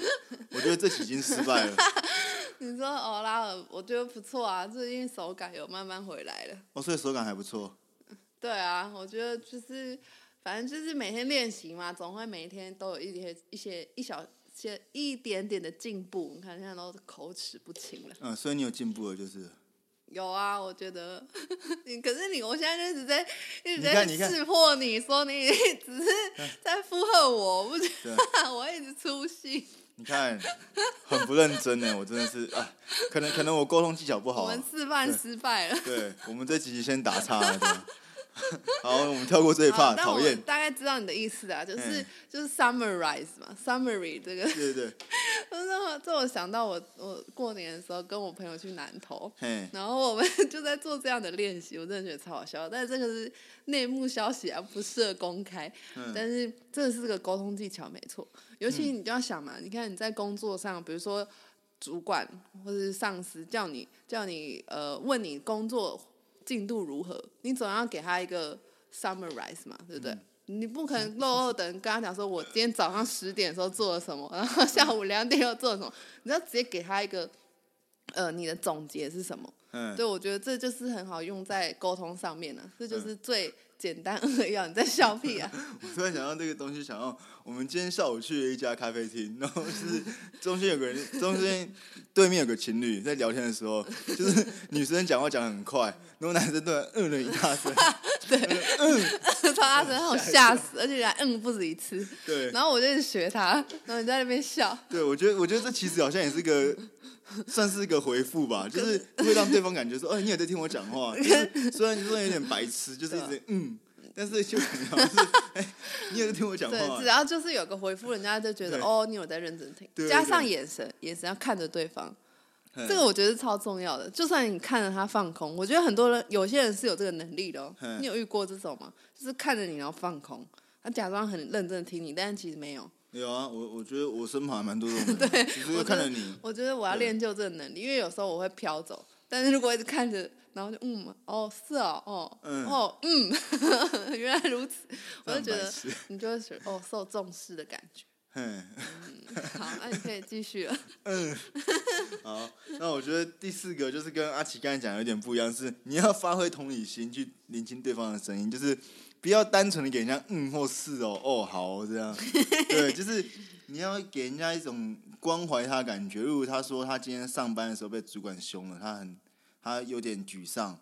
Speaker 2: 我觉得这集已经失败了。
Speaker 1: 你说哦拉尔，我觉得不错啊，最近手感有慢慢回来了。
Speaker 2: 哦，所以手感还不错。
Speaker 1: 对啊，我觉得就是反正就是每天练习嘛，总会每一天都有一些一些一小些一点点的进步。你看现在都口齿不清了。
Speaker 2: 嗯，所以你有进步了，就是。
Speaker 1: 有啊，我觉得 你可是你，我现在就一直在一直
Speaker 2: 你
Speaker 1: 在
Speaker 2: 看你看嗯
Speaker 1: 识破你说你只是在附和我，我不觉
Speaker 2: 对
Speaker 1: 得 我一直出戏。
Speaker 2: 你看，很不认真呢，我真的是啊，可能可能我沟通技巧不好
Speaker 1: 我
Speaker 2: 啊、
Speaker 1: 们示范
Speaker 2: 对
Speaker 1: 失败了。
Speaker 2: 对，我们这集先打岔了。这样 好，我们跳过这一
Speaker 1: 好
Speaker 2: 趴，
Speaker 1: 但
Speaker 2: 讨
Speaker 1: 我
Speaker 2: 厌。
Speaker 1: 大概知道你的意思啊，就是、
Speaker 2: 嗯
Speaker 1: 就是 summarize 嘛，summary 这个，
Speaker 2: 对对对，
Speaker 1: 这我这我想到我我过年的时候跟我朋友去南投，
Speaker 2: 嘿，
Speaker 1: 然后我们就在做这样的练习， 我真的觉得超好笑。但是这个是内幕消息啊，不适合公开。但
Speaker 2: 嗯，
Speaker 1: 是这是个沟通技巧，没错。尤其你就要想嘛，你看你在工作上，比如说主管或者是上司叫你叫你呃问你工作进度如何，你总要给他一个 summarize 嘛，对不对？你不可能漏漏等跟他讲说，我今天早上十点的时候做了什么，然后下午两点又做了什么，你要直接给他一个，呃，你的总结是什么？
Speaker 2: 嗯，
Speaker 1: 对，我觉得这就是很好用在沟通上面呢、啊这就是最简单扼要。你在笑屁 啊？
Speaker 2: 我突然想到这个东西，想到我们今天下午去了一家咖啡厅，然后就是中间有个人，中间对面有个情侣在聊天的时候，就是女生讲话讲得很快，然后男生突然嗯了一大声，
Speaker 1: 超大声，让我吓死，而且还嗯不止一次。
Speaker 2: 对，
Speaker 1: 然后我就一直学他，然后你在那边笑，
Speaker 2: 对，我觉得，我觉得这其实好像也是个，算是个回复吧，就是会让对方感觉说，哦，你也在听我讲话。就是虽然说有点白痴，就是一直嗯，但是就感觉好像是，哎、你也在听我讲
Speaker 1: 对，
Speaker 2: 话
Speaker 1: 只。要就是啊有个回复，人家就觉得
Speaker 2: 哦对
Speaker 1: 哦，你有在认真听，
Speaker 2: 对对
Speaker 1: 加上眼神，眼神要看着对方，
Speaker 2: 这
Speaker 1: 这个我觉得是超重要的。就算你看着他放空，我觉得很多人有些人是有这个能力的、哦。
Speaker 2: 嗯
Speaker 1: 你有遇过这种吗？就是看着你然后放空，他假装很认真地听你，但是其实没有。
Speaker 2: 有啊，我我觉得我身旁还蛮多这种人的，只是看着你，
Speaker 1: 我觉得我要
Speaker 2: 对
Speaker 1: 练就这个能力，因为有时候我会飘走，但是如果一直看着，然后就嗯，哦是哦，哦，
Speaker 2: 嗯
Speaker 1: 哦嗯， 原来如此，我就
Speaker 2: 很
Speaker 1: 觉
Speaker 2: 白
Speaker 1: 得
Speaker 2: 痴。
Speaker 1: 你就会觉得哦受重视的感觉。
Speaker 2: 嗯，
Speaker 1: 好，那你可以继续了。
Speaker 2: 好， 那我觉得第四个就是跟阿奇刚才讲的有点不一样，是你要发挥同理心去聆听对方的声音，就是不要单纯的给人家嗯或是哦哦好哦这样， 对，就是你要给人家一种关怀他的感觉。例如他说他今天上班的时候被主管凶了，他很他有点沮丧，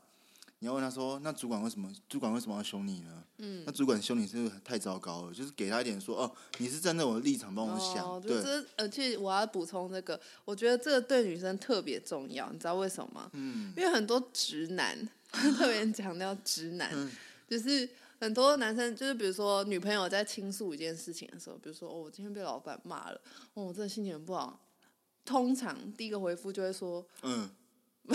Speaker 2: 你要问他说那主管为什么主管为什么要凶你呢？嗯，那主管凶你是不是太糟糕了，就是给他一点说哦你是站在我的立场帮我想，
Speaker 1: 哦，就
Speaker 2: 对，
Speaker 1: 这，而且我要补充这个，我觉得这个对女生特别重要，你知道为什么吗？
Speaker 2: 嗯，
Speaker 1: 因为很多直男 特别强调直男，
Speaker 2: 嗯
Speaker 1: 就是很多男生就是比如说女朋友在倾诉一件事情的时候，比如说哦我今天被老板骂了，哦我真的心情很不好。通常第一个回复就会说，
Speaker 2: 嗯，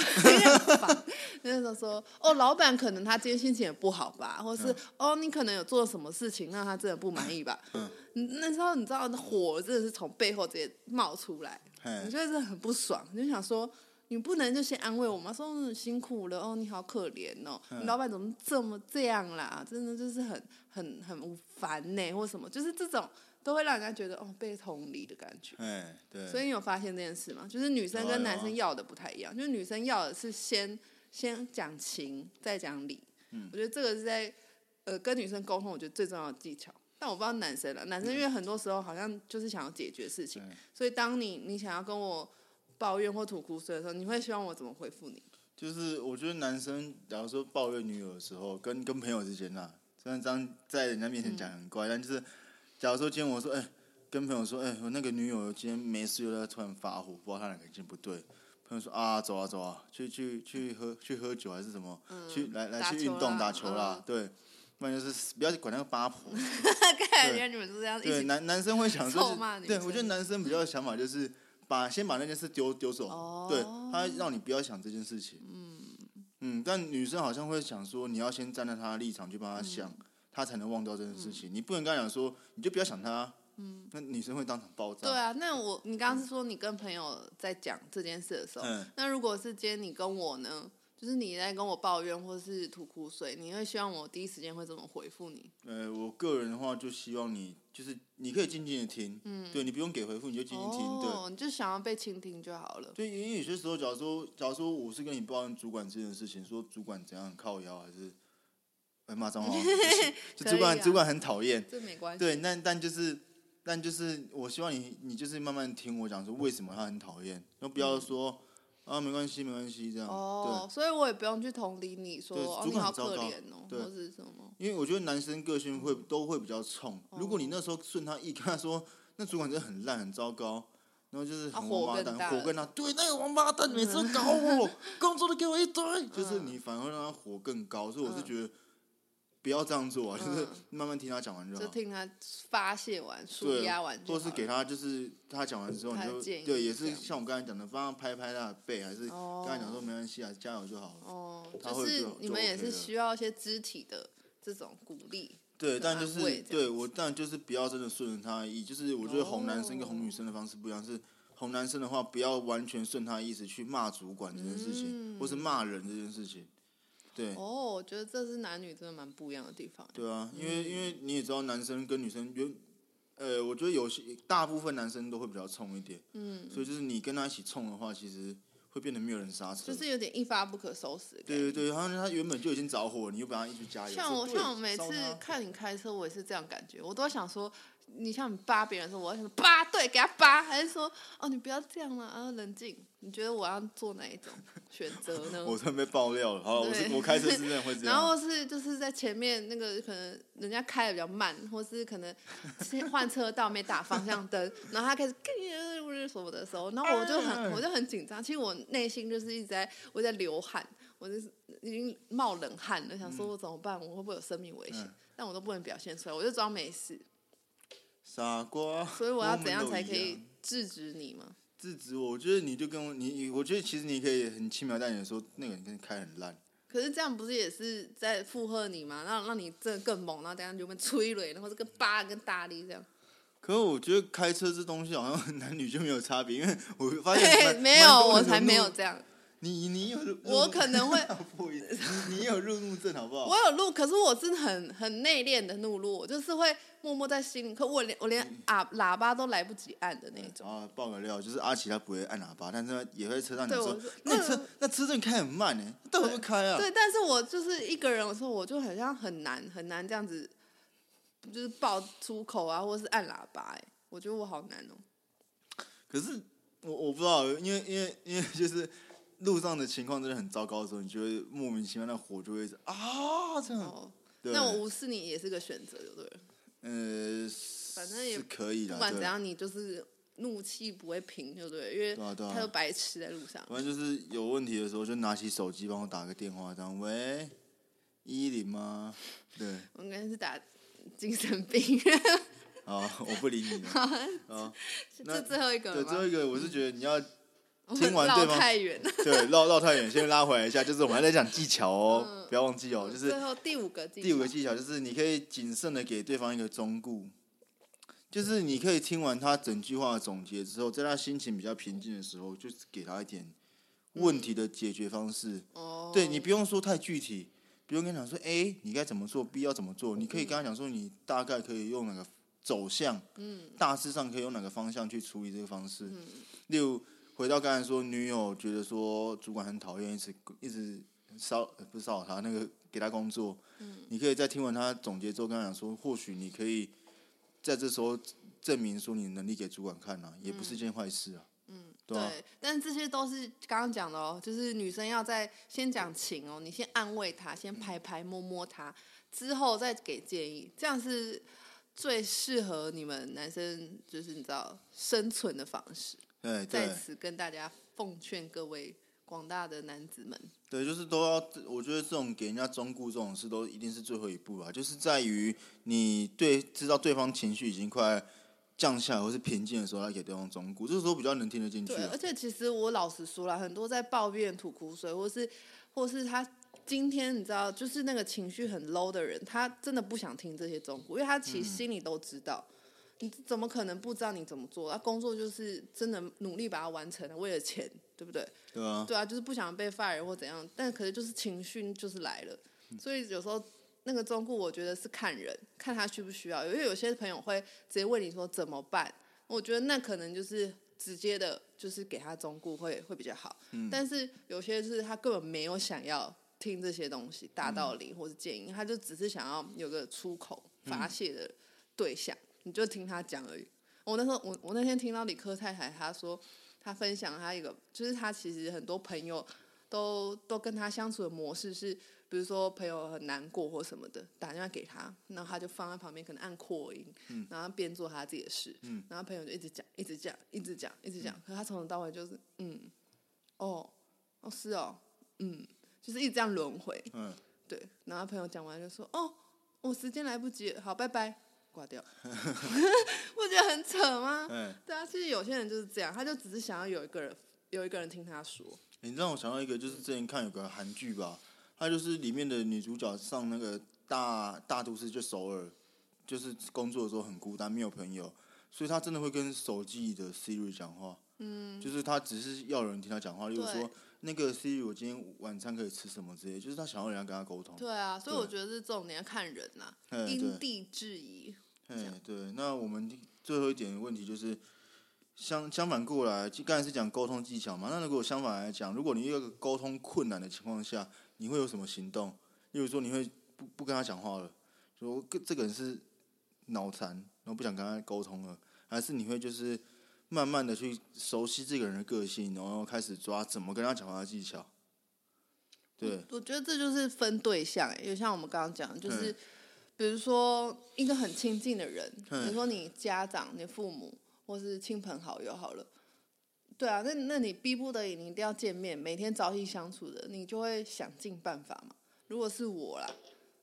Speaker 1: 那时候说哦，老板可能他今天心情也不好吧，或是、哦你可能有做什么事情让他真的不满意吧。
Speaker 2: 嗯
Speaker 1: 嗯，那时候你知道火真的是从背后直接冒出来，我
Speaker 2: 嘿，
Speaker 1: 觉得这很不爽，你就想说，你不能就先安慰我吗？说嗯辛苦了哦，你好可怜哦，你老板怎么这么这样啦？真的就是很很很烦呢，或什么，就是这种都会让人家觉得哦被同理的感觉。
Speaker 2: 嘿，对，
Speaker 1: 所以你有发现这件事吗？就是女生
Speaker 2: 有啊
Speaker 1: 跟
Speaker 2: 有
Speaker 1: 男
Speaker 2: 啊
Speaker 1: 生要的不太一样，就是女生要的是先先讲情，再讲理。
Speaker 2: 嗯
Speaker 1: 我觉得这个是在呃跟女生沟通，我觉得最重要的技巧。但我不知道男生了，男生因为很多时候好像就是想要解决事情，
Speaker 2: 对
Speaker 1: 所以当你你想要跟我抱怨或吐苦水的时候，你会希望我怎么回复你？
Speaker 2: 就是我觉得男生，假如说抱怨女友的时候，跟跟朋友之间呐，虽然这样在人家面前讲很乖，
Speaker 1: 嗯
Speaker 2: 但就是假如说今天我说，哎、跟朋友说，哎、我那个女友今天没事又在突然发火，不知道她哪根筋不对。朋友说啊，走啊走啊，去去去喝去喝酒还是什么，去来
Speaker 1: 嗯
Speaker 2: 来
Speaker 1: 打
Speaker 2: 去
Speaker 1: 球
Speaker 2: 运动
Speaker 1: 啦嗯
Speaker 2: 打球啦，对，不然就是不要管那个八婆，
Speaker 1: 看来你们是这 样一
Speaker 2: 对，
Speaker 1: 起
Speaker 2: 男男生会想说
Speaker 1: 臭骂
Speaker 2: 是，
Speaker 1: 女
Speaker 2: 对
Speaker 1: 生
Speaker 2: 我觉得男生比较想法就是把先把那件事丢丢走，
Speaker 1: 哦
Speaker 2: 对他让你不要想这件事情。嗯，但女生好像会想说，你要先站在她的立场去帮她想，
Speaker 1: 嗯
Speaker 2: 她才能忘掉这件事情。你不能跟她讲说，你就不要想她。嗯，那女生会当场爆炸。
Speaker 1: 对啊，那我你刚刚是说你跟朋友在讲这件事的时候，
Speaker 2: 嗯
Speaker 1: 那如果是今天你跟我呢，就是你在跟我抱怨或是吐苦水，你会希望我第一时间会怎么回复你？
Speaker 2: 呃，我个人的话就希望你，就是你可以静静的听，嗯，对你不用给回复，你就静静听，对。
Speaker 1: 哦，你就想要被倾听就好了。
Speaker 2: 对，因为有些时候，假如说，假如说我是跟你抱怨主管之间的事情，说主管怎样很靠腰，还是哎骂脏话 不行，就
Speaker 1: 可
Speaker 2: 主管、
Speaker 1: 以啊
Speaker 2: 主管很讨厌。
Speaker 1: 这没关系。
Speaker 2: 对，但但就是但就是，我希望你你就是慢慢听我讲说为什么他很讨厌，那不要说、啊没关系没关系这
Speaker 1: 嗯
Speaker 2: 样。
Speaker 1: 哦，所以我也不用去同理你说
Speaker 2: 对
Speaker 1: 哦
Speaker 2: 主
Speaker 1: 你
Speaker 2: 管
Speaker 1: 好
Speaker 2: 很糟
Speaker 1: 可
Speaker 2: 糕
Speaker 1: 怜哦，
Speaker 2: 对
Speaker 1: 或是什么。
Speaker 2: 对，因为我觉得男生个性会
Speaker 1: 嗯
Speaker 2: 都会比较冲，
Speaker 1: 哦
Speaker 2: 如果你那时候顺他意跟他说，那主管真的很烂很糟糕。然后就是
Speaker 1: 啊
Speaker 2: 很
Speaker 1: 火
Speaker 2: 王八
Speaker 1: 更大
Speaker 2: 蛋，火
Speaker 1: 了嗯
Speaker 2: 更大，对那个王八蛋每次都搞我， 工作都给我一堆，就是你反而会让他火更高，所以我是
Speaker 1: 嗯
Speaker 2: 觉得不要这样做啊，就是
Speaker 1: 嗯
Speaker 2: 慢慢听他讲完就好
Speaker 1: 就。听他发泄完、舒
Speaker 2: 啊对，
Speaker 1: 压完就
Speaker 2: 或
Speaker 1: 好了，
Speaker 2: 是给他就是他讲完之后，你
Speaker 1: 他的
Speaker 2: 就
Speaker 1: 建议
Speaker 2: 对，也
Speaker 1: 这
Speaker 2: 是
Speaker 1: 样
Speaker 2: 像我刚才讲的，帮他拍拍他的背，还是跟
Speaker 1: 哦
Speaker 2: 他讲说没关系啊，加油就好了。
Speaker 1: 哦，
Speaker 2: 他会
Speaker 1: 就是
Speaker 2: 就
Speaker 1: 你
Speaker 2: 就
Speaker 1: 们也
Speaker 2: OK
Speaker 1: 是
Speaker 2: 了
Speaker 1: 需要一些肢体的这种鼓励。
Speaker 2: 对，
Speaker 1: 很
Speaker 2: 但就
Speaker 1: 安慰这
Speaker 2: 是
Speaker 1: 样
Speaker 2: 对我，但就是不要真的顺着他的意，就是我觉得哄男生跟哄女生的方式不一样，是哄男生的话，不要完全顺他的意思去骂主管这件事情，或是骂人这件事情。对，
Speaker 1: 嗯哦，我觉得这是男女真的蛮不一样的地方。
Speaker 2: 对啊，因
Speaker 1: 嗯
Speaker 2: 为因为你也知道，男生跟女生有，呃，我觉得有些大部分男生都会比较冲一点，嗯，所以就是你跟他一起冲的话，其实会变得没有人刹车，
Speaker 1: 就是有点一发不可收拾的感
Speaker 2: 对
Speaker 1: 觉。
Speaker 2: 对对，好像他原本就已经着火，你又把他一直加油。
Speaker 1: 像我
Speaker 2: 说对
Speaker 1: 像我每次
Speaker 2: 烧他
Speaker 1: 看你开车，我也是这样感觉，我都想说，你像你扒别人的时候，我要想说扒，对，给他扒，还是说哦你不要这样了、啊，啊冷静。你觉得我要做哪一种选择呢？
Speaker 2: 我真的被爆料了。好，我是
Speaker 1: 对
Speaker 2: 我开车是真的会这
Speaker 1: 然
Speaker 2: 样。
Speaker 1: 后是就是在前面那个可能人家开的比较慢，或是可能先换车道没打方向灯，然后他开 始
Speaker 2: 哎
Speaker 1: 什么的时候，然后我就很我就很紧张，其实我内心就是一直在我在流汗，我就是已经冒冷汗了，想说我怎么办，我会不会有生命危险？
Speaker 2: 嗯
Speaker 1: 但我都不能表现出来，我就装没事，
Speaker 2: 傻瓜，
Speaker 1: 所以我要
Speaker 2: 跟们
Speaker 1: 怎样
Speaker 2: 都
Speaker 1: 才
Speaker 2: 一
Speaker 1: 可以
Speaker 2: 样
Speaker 1: 制止你吗？
Speaker 2: 制止我？我觉得你就跟我你，我觉得其实你可以很轻描淡写地说，那个人跟你开很烂。
Speaker 1: 可是这样不是也是在附和你吗？让让你真的更猛，然后等一下你就被催泪，然后这个扒跟大力这样。
Speaker 2: 可是我觉得开车这东西好像男女就没有差别，因为我 发现
Speaker 1: 对，
Speaker 2: 蛮
Speaker 1: 没有，
Speaker 2: 蛮多
Speaker 1: 我
Speaker 2: 人
Speaker 1: 才
Speaker 2: 路
Speaker 1: 没有这样。
Speaker 2: 你你有路
Speaker 1: 我可能会
Speaker 2: 不一定你你有路怒症好不好？
Speaker 1: 我有怒，可是我是很很内敛的怒路，我就是会默默在心里，可我连我连
Speaker 2: 嗯
Speaker 1: 喇喇叭都来不及按的那种。
Speaker 2: 然后啊爆个料，就是阿奇他不会按喇叭，但是他也会在车上你
Speaker 1: 对
Speaker 2: 说
Speaker 1: 我说，
Speaker 2: 那
Speaker 1: 嗯
Speaker 2: 车那车真的开很慢呢，到底会不会开啊？
Speaker 1: 对，但是我就是一个人的时候，我就很像很难很难这样子，就是爆粗口啊，或是按喇叭、哎，我觉得我好难哦、
Speaker 2: 可是我我不知道，因为因为因为就是路上的情况真的很糟糕的时候，你就会莫名其妙那火就会一直啊这样。
Speaker 1: 哦，
Speaker 2: 对
Speaker 1: 那我无视你也是个选择，就对了。
Speaker 2: 呃，
Speaker 1: 反正也
Speaker 2: 是可以
Speaker 1: 不
Speaker 2: 的，
Speaker 1: 管
Speaker 2: 啊对
Speaker 1: 怎样，你就是怒气不会平，就对了，因为
Speaker 2: 对啊对啊
Speaker 1: 他有白痴在路上。
Speaker 2: 反正就是有问题的时候，就拿起手机帮我打个电话，这样喂，一零吗？对，
Speaker 1: 我应该是打精神病。
Speaker 2: 啊，我不理你了。啊，那
Speaker 1: 这最后一个
Speaker 2: 对，
Speaker 1: 了吗
Speaker 2: 最后一个我是觉得你要
Speaker 1: 我们
Speaker 2: 听完对
Speaker 1: 绕
Speaker 2: 方
Speaker 1: 太远了。
Speaker 2: 对绕绕太远，先拉回来一下，就是我们还在讲技巧
Speaker 1: 嗯
Speaker 2: 哦，不要忘记哦，就是
Speaker 1: 最后第五个技巧，
Speaker 2: 第五个技巧就是你可以谨慎的给对方一个忠告，就是你可以听完他整句话的总结之后，在他心情比较平静的时候，就是给他一点问题的解决方式。
Speaker 1: 哦，
Speaker 2: 对你不用说太具体，不用跟他讲说，哎、你该怎么做，B 要怎么做，你可以跟他讲说，你大概可以用哪个走向，嗯，大致上可以用哪个方向去处理这个方式。例如，回到刚才说，女友觉得说主管很讨厌，一直一直骚呃不是骚扰她，那个给她工作，嗯，你可以在听完她总结之后跟她讲说，或许你可以在这时候证明说你的能力给主管看啊，也不是一件坏事啊，嗯，对吧、
Speaker 1: 对，但这些都是刚刚讲的哦，就是女生要在先讲情哦，你先安慰她，先拍拍摸摸她，之后再给建议，这样是最适合你们男生，就是你知道生存的方式。
Speaker 2: 对
Speaker 1: 在
Speaker 2: 对。
Speaker 1: 此跟大家奉劝各位广大的男子们，
Speaker 2: 对，就是都要，我觉得这种给人家忠顾这种事，都一定是最后一步啊，就是在于你对知道对方情绪已经快降下来或是平静的时候，来给对方忠顾，这时候比较能听得进去、
Speaker 1: 对，
Speaker 2: 啊
Speaker 1: 而。且其实我老实说了，很多在抱怨、吐苦水，或是或是他今天你知道，就是那个情绪很 low 的人，他真的不想听这些忠告，因为他
Speaker 2: 嗯
Speaker 1: 其实心里都知道。你怎么可能不知道你怎么做？他工作就是真的努力把它完成了，为了钱，对不对？
Speaker 2: 对啊，
Speaker 1: 对啊，就是不想被 fire 或怎样，但可是就是情绪就是来了，所以有时候那个中顾我觉得是看人，看他需不需要，因为有些朋友会直接问你说怎么办，我觉得那可能就是直接的，就是给他中顾会会比较好，但是有些是他根本没有想要听这些东西大道理或是建议，他就只是想要有个出口发泄的对象，你就听他讲而已。我那时候，我我那天听到理科太太她说，她分享她一个，就是她其实很多朋友都都跟她相处的模式是，比如说朋友很难过或什么的，打电话给她，然后她就放在旁边，可能按扩音，然后边做她自己的事，然后朋友就一直讲，一直讲，一直讲，一直讲，可她从头到尾就是嗯，哦，哦是哦，嗯，就是一直这样轮回，
Speaker 2: 嗯，
Speaker 1: 对，然后朋友讲完就说：“哦，我时间来不及了，好，拜拜。”挂掉， 不觉得很扯吗？
Speaker 2: 哎、
Speaker 1: 对啊，其实有些人就是这样，他就只是想要有一个人，有一个人听他说。
Speaker 2: 你让我想到一个，就是之前看有个韩剧吧，它就是里面的女主角上那个大大都市就首尔，就是工作的时候很孤单，没有朋友，所以她真的会跟手机的 Siri 讲话。嗯，就是她只是要有人听她讲话，例如
Speaker 1: 对
Speaker 2: 说那个 Siri，我今天晚餐可以吃什么之类，就是她想要人家跟她沟通。
Speaker 1: 对啊，所以
Speaker 2: 对
Speaker 1: 我觉得是重点要看人呐、
Speaker 2: 嗯
Speaker 1: 因
Speaker 2: 对
Speaker 1: 地制宜。
Speaker 2: 哎，对，那我们最后一点问题就是，相相反过来，就刚才是讲沟通技巧嘛。那如果相反来讲，如果你遇到一个沟通困难的情况下，你会有什么行动？例如说，你会不不跟他讲话了，说跟这个人是脑残，然后不想跟他沟通了，还是你会就是慢慢的去熟悉这个人的个性，然后开始抓怎么跟他讲话的技巧？对，
Speaker 1: 我觉得这就是分对象、欸，就像我们刚刚讲的，就是
Speaker 2: 嗯
Speaker 1: 比如说一个很亲近的人，
Speaker 2: 嗯
Speaker 1: 比如说你家长、你父母或是亲朋好友，好了。对啊，那那你逼不得已，你一定要见面，每天朝夕相处的，你就会想尽办法嘛。如果是我啦，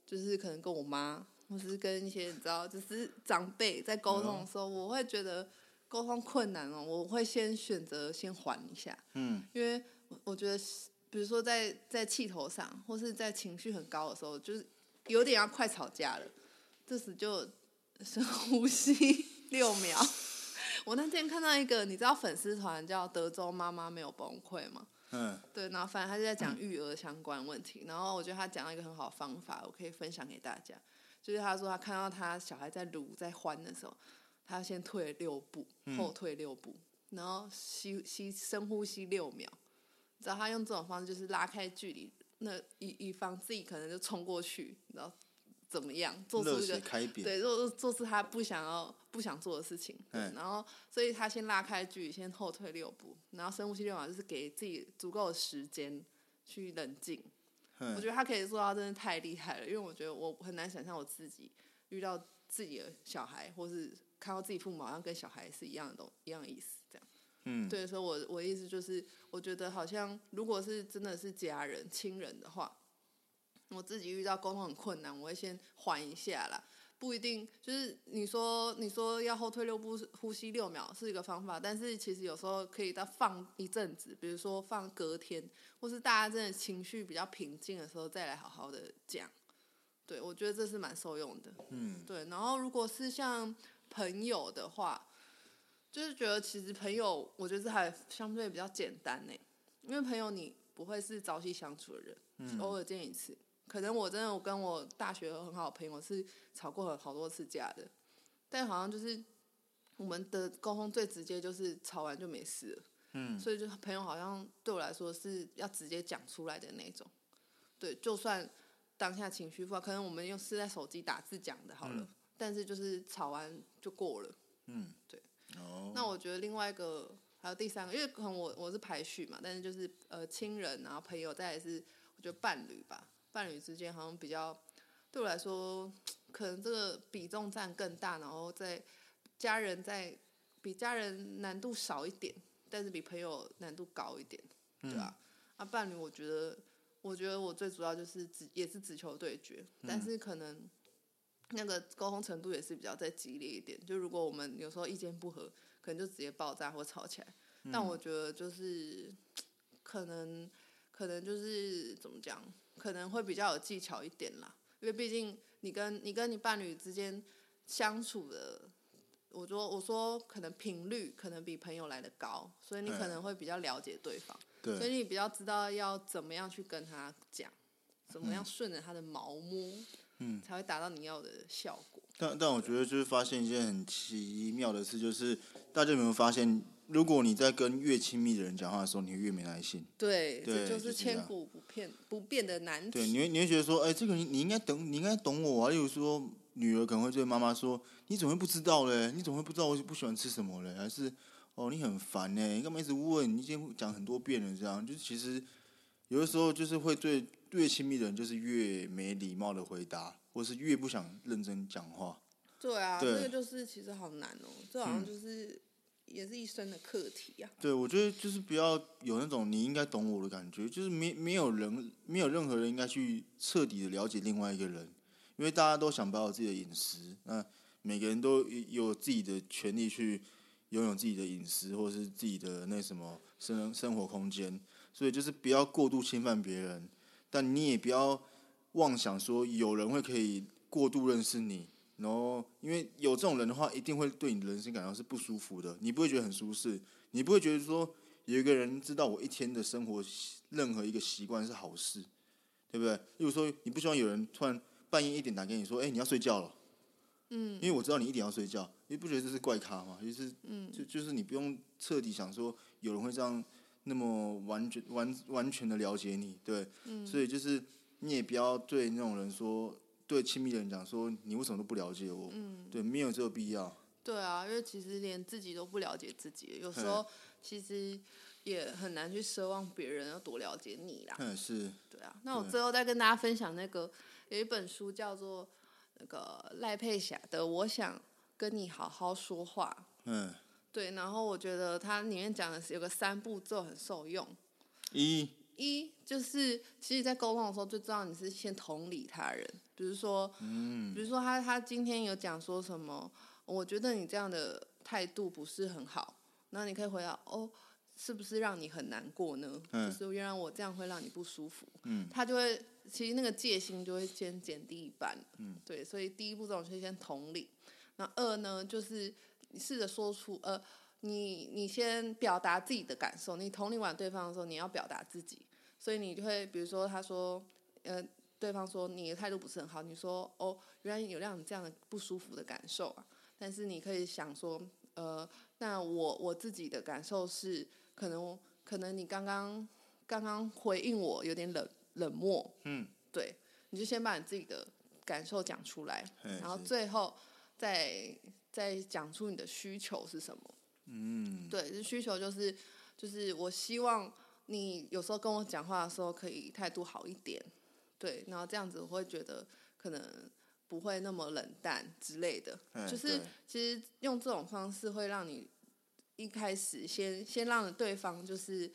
Speaker 1: 就是可能跟我妈，或是跟一些你知道，就是长辈在沟通的时候，我会觉得沟通困难哦，我会先选择先缓一下，
Speaker 2: 嗯，
Speaker 1: 因为我我觉得是，比如说在在气头上，或是在情绪很高的时候，就是有点要快吵架了，这时就深呼吸六秒。 我那天看到一个，你知道粉丝团叫“德州妈妈没有崩溃”吗？
Speaker 2: 嗯，
Speaker 1: 对，然后反正他就在讲育儿相关问题，然后我觉得他讲到一个很好的方法，我可以分享给大家，就是他说他看到他小孩在撸在欢的时候，他先退六步，
Speaker 2: 嗯
Speaker 1: 后退六步，然后吸吸深呼吸六秒，你知道他用这种方式就是拉开距离，那以以防自己可能就冲过去，你知道怎么样做出
Speaker 2: 热
Speaker 1: 一
Speaker 2: 血
Speaker 1: 个
Speaker 2: 开扁，
Speaker 1: 对，做做是他不想要、不想做的事情。对
Speaker 2: 嗯
Speaker 1: 然后，所以他先拉开距离，先后退六步，然后深呼吸六秒，就是给自己足够的时间去冷静。我
Speaker 2: 嗯
Speaker 1: 觉得他可以做到，真的太厉害了。因为我觉得我很难想象我自己遇到自己的小孩，或是看到自己父母好像跟小孩是一样的东一样的意思，这样。
Speaker 2: 嗯，
Speaker 1: 对，所以我我的意思就是，我觉得好像如果是真的是家人、亲人的话，我自己遇到沟通很困难，我会先缓一下啦。不一定，就是你说你说要后退六步，呼吸六秒是一个方法，但是其实有时候可以到放一阵子，比如说放隔天，或是大家真的情绪比较平静的时候再来好好的讲。对，我觉得这是蛮受用的。
Speaker 2: 嗯，
Speaker 1: 对，然后如果是像朋友的话，就是觉得其实朋友，我觉得这还相对比较简单呢，欸因为朋友你不会是朝夕相处的人，
Speaker 2: 嗯
Speaker 1: 偶尔见一次。可能我真的我跟我大学很好的朋友是吵过很好多次架的，但好像就是我们的沟通最直接就是吵完就没事了，
Speaker 2: 嗯，
Speaker 1: 所以就朋友好像对我来说是要直接讲出来的那种，对，就算当下情绪化，可能我们用是在手机打字讲的好了，
Speaker 2: 嗯
Speaker 1: 但是就是吵完就过了。
Speaker 2: 哦，
Speaker 1: 那我觉得另外一个还有第三个，因为可能我我是排序嘛，但是就是呃亲人然后朋友，再来是我觉得伴侣吧，伴侣之间好像比较对我来说，可能这个比重占更大，然后在家人在比家人难度少一点，但是比朋友难度高一点，对吧、啊？伴侣我觉得。我觉得我最主要就是只也是只求对决，但是可能那个沟通程度也是比较再激烈一点。就如果我们有时候意见不合，可能就直接爆炸或吵起来。但我觉得就是可能可能就是怎么讲，可能会比较有技巧一点啦，因为毕竟你跟你跟你伴侣之间相处的，我说我说可能频率可能比朋友来的高，所以你
Speaker 2: 对
Speaker 1: 可能会比较了解对方，所以
Speaker 2: 对，
Speaker 1: 你比较知道要怎么样去跟他讲，怎么样顺着他的毛摸，
Speaker 2: 嗯
Speaker 1: 才会达到你要的效果。
Speaker 2: 但但我觉得就是发现一件很奇妙的事，就是大家有没有发现，如果你在跟越亲密的人讲话的时候，你会越没耐心。
Speaker 1: 对，这就
Speaker 2: 对就是是这
Speaker 1: 千
Speaker 2: 样
Speaker 1: 古不变不变的难
Speaker 2: 对，
Speaker 1: 题。
Speaker 2: 你会你会觉得说，哎、这个人你应该懂，你应该懂我啊。例如说，女儿可能会对妈妈说：“你怎么会不知道嘞？你怎么会不知道我不喜欢吃什么嘞？”还是“哦，你很烦呢，你干嘛一直问？你已经讲很多遍了，这样就是其实有的时候就是会对越亲密的人就是越没礼貌的回答，或是越不想认真讲话。
Speaker 1: 对啊，这
Speaker 2: 对
Speaker 1: 个就是其实好难哦，这好像
Speaker 2: 嗯
Speaker 1: 就是、也是一生的课题啊。
Speaker 2: 对，我觉得就是不要有那种你应该懂我的感觉，就是没没有人没有任何人应该去彻底的了解另外一个人，因为大家都想保有自己的隐私，那每个人都有有自己的权利去拥有自己的隐私，或是自己的那什么生生活空间，所以就是不要过度侵犯别人，但你也不要妄想说有人会可以过度认识你。然后，因为有这种人的话，一定会对你的人生感到是不舒服的，你不会觉得很舒适，你不会觉得说有一个人知道我一天的生活习任何一个习惯是好事，对不对？例如说，你不希望有人突然半夜一点打给你说：“哎、你要睡觉了。”嗯，因为我知道你一点要睡觉，你不觉得这是怪咖吗？就是，嗯，就就是你不用彻底想说有人会这样那么完全完完全的了解你，对，所以就是你也不要对那种人说，对亲密的人讲说你为什么都不了解我，嗯，对，没有这个必要，
Speaker 1: 对啊，因为其实连自己都不了解自己，有时候其实也很难去奢望别人要多了解你啦。
Speaker 2: 嗯，是，
Speaker 1: 对啊，那我
Speaker 2: 对
Speaker 1: 最后再跟大家分享那个有一本书叫做那个赖佩霞的《我想跟你好好说话》，
Speaker 2: 嗯，
Speaker 1: 对，然后我觉得它里面讲的是有个三步骤很受用。
Speaker 2: 一，
Speaker 1: 一就是，其实，在沟通的时候，最重要你是先同理他人。比如说，
Speaker 2: 嗯
Speaker 1: 比如说他他今天有讲说什么，我觉得你这样的态度不是很好，那你可以回答哦，是不是让你很难过呢？
Speaker 2: 嗯
Speaker 1: 就是原来我这样会让你不舒服。
Speaker 2: 嗯，
Speaker 1: 他就会其实那个戒心就会先减低一半。嗯，对，所以第一步骤是先同理。那二呢，就是你试着说出呃，你你先表达自己的感受，你同理完对方的时候，你要表达自己，所以你就会比如说他说呃，对方说你的态度不是很好，你说哦，原来有让你这样的不舒服的感受啊，但是你可以想说呃，那我我自己的感受是可能可能你刚刚刚刚回应我有点冷冷漠，
Speaker 2: 嗯，
Speaker 1: 对，你就先把你自己的感受讲出来，
Speaker 2: 嘿
Speaker 1: 然后
Speaker 2: 是
Speaker 1: 最后再再讲出你的需求是什么。
Speaker 2: 嗯，
Speaker 1: 对，这需求就是就是我希望你有时候跟我讲话的时候可以态度好一点，对，然后这样子我会觉得可能不会那么冷淡之类的。
Speaker 2: 哎
Speaker 1: 就是
Speaker 2: 对
Speaker 1: 其实用这种方式会让你一开始先先让对方就是。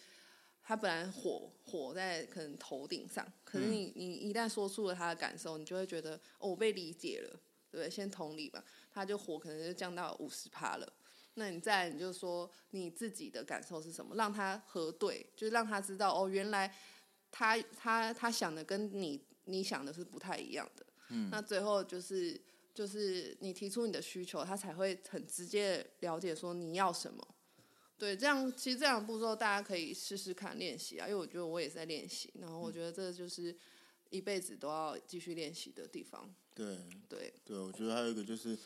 Speaker 1: 他本来火火在可能头顶上，可是你、你一旦说出了他的感受，你就会觉得哦，我被理解了，对不对？先同理吧，他就火可能就降到五十趴了。那你再来你就说你自己的感受是什么，让他核对，就是让他知道哦，原来他他他想的跟你你想的是不太一样的。嗯，那最后就是就是你提出你的需求，他才会很直接地了解说你要什么。对，这样其实这两个步骤大家可以试试看练习啊，因为我觉得我也是在练习，然后
Speaker 2: 嗯
Speaker 1: 我觉得这就是一辈子都要继续练习的地方。
Speaker 2: 对，
Speaker 1: 对，
Speaker 2: 对，我觉得还有一个就是，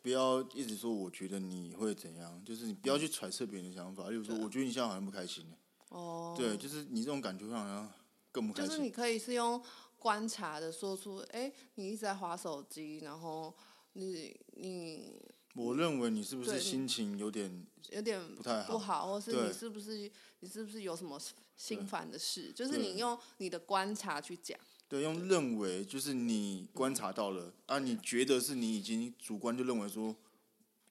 Speaker 2: 不要一直说我觉得你会怎样，就是你不要去揣测别人的想法。例如说，
Speaker 1: 对啊
Speaker 2: 我觉得你现在好像不开心了，
Speaker 1: 哦，
Speaker 2: 对，就是你这种感觉会让人更不开
Speaker 1: 就是你
Speaker 2: 心。
Speaker 1: 可以是用观察的说出，哎、你一直在划手机，然后你你
Speaker 2: 我认为你是不
Speaker 1: 对
Speaker 2: 是
Speaker 1: 你
Speaker 2: 心情有点
Speaker 1: 有点
Speaker 2: 不太
Speaker 1: 不
Speaker 2: 好？
Speaker 1: 好，或是你
Speaker 2: 对
Speaker 1: 是不是你是不是有什么心
Speaker 2: 对
Speaker 1: 烦的事？就是
Speaker 2: 对
Speaker 1: 你用你的观察去讲，
Speaker 2: 对，用认为就是你观察到了啊，你觉得是你已经主观就认为说，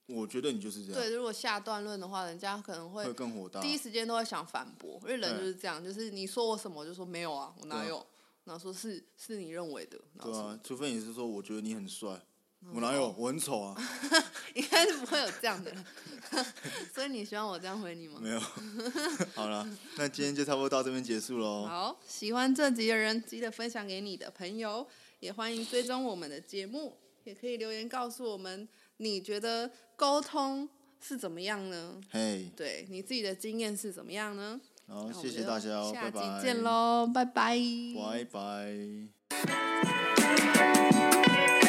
Speaker 2: 我觉得你就是这样，
Speaker 1: 对，如果下断论的话，人家可能
Speaker 2: 啊会
Speaker 1: 会
Speaker 2: 更火大。
Speaker 1: 第一时间都会想反驳，因为人就
Speaker 2: 对
Speaker 1: 是这样，就是你说我什么，我就说没有啊，我哪
Speaker 2: 对啊
Speaker 1: 有。然后说是是你认为的，然后
Speaker 2: 对
Speaker 1: 什么嗯
Speaker 2: 啊，除非你是说我觉得你很帅，我哪有，我很丑啊。
Speaker 1: 应该是不会有这样的人。 所以你希望我这样回你吗？
Speaker 2: 没有，好了，那今天就差不多到这边结束喽。
Speaker 1: 好，喜欢这集的人，记得分享给你的朋友，也欢迎追踪我们的节目，也可以留言告诉我们你觉得沟通是怎么样呢？
Speaker 2: 嘿，
Speaker 1: 对你自己的经验是怎么样呢？那
Speaker 2: 好，
Speaker 1: 我
Speaker 2: 谢
Speaker 1: 们
Speaker 2: 谢
Speaker 1: 就
Speaker 2: 大家哦，
Speaker 1: 下集
Speaker 2: 拜拜，
Speaker 1: 见喽，拜拜，
Speaker 2: 拜拜。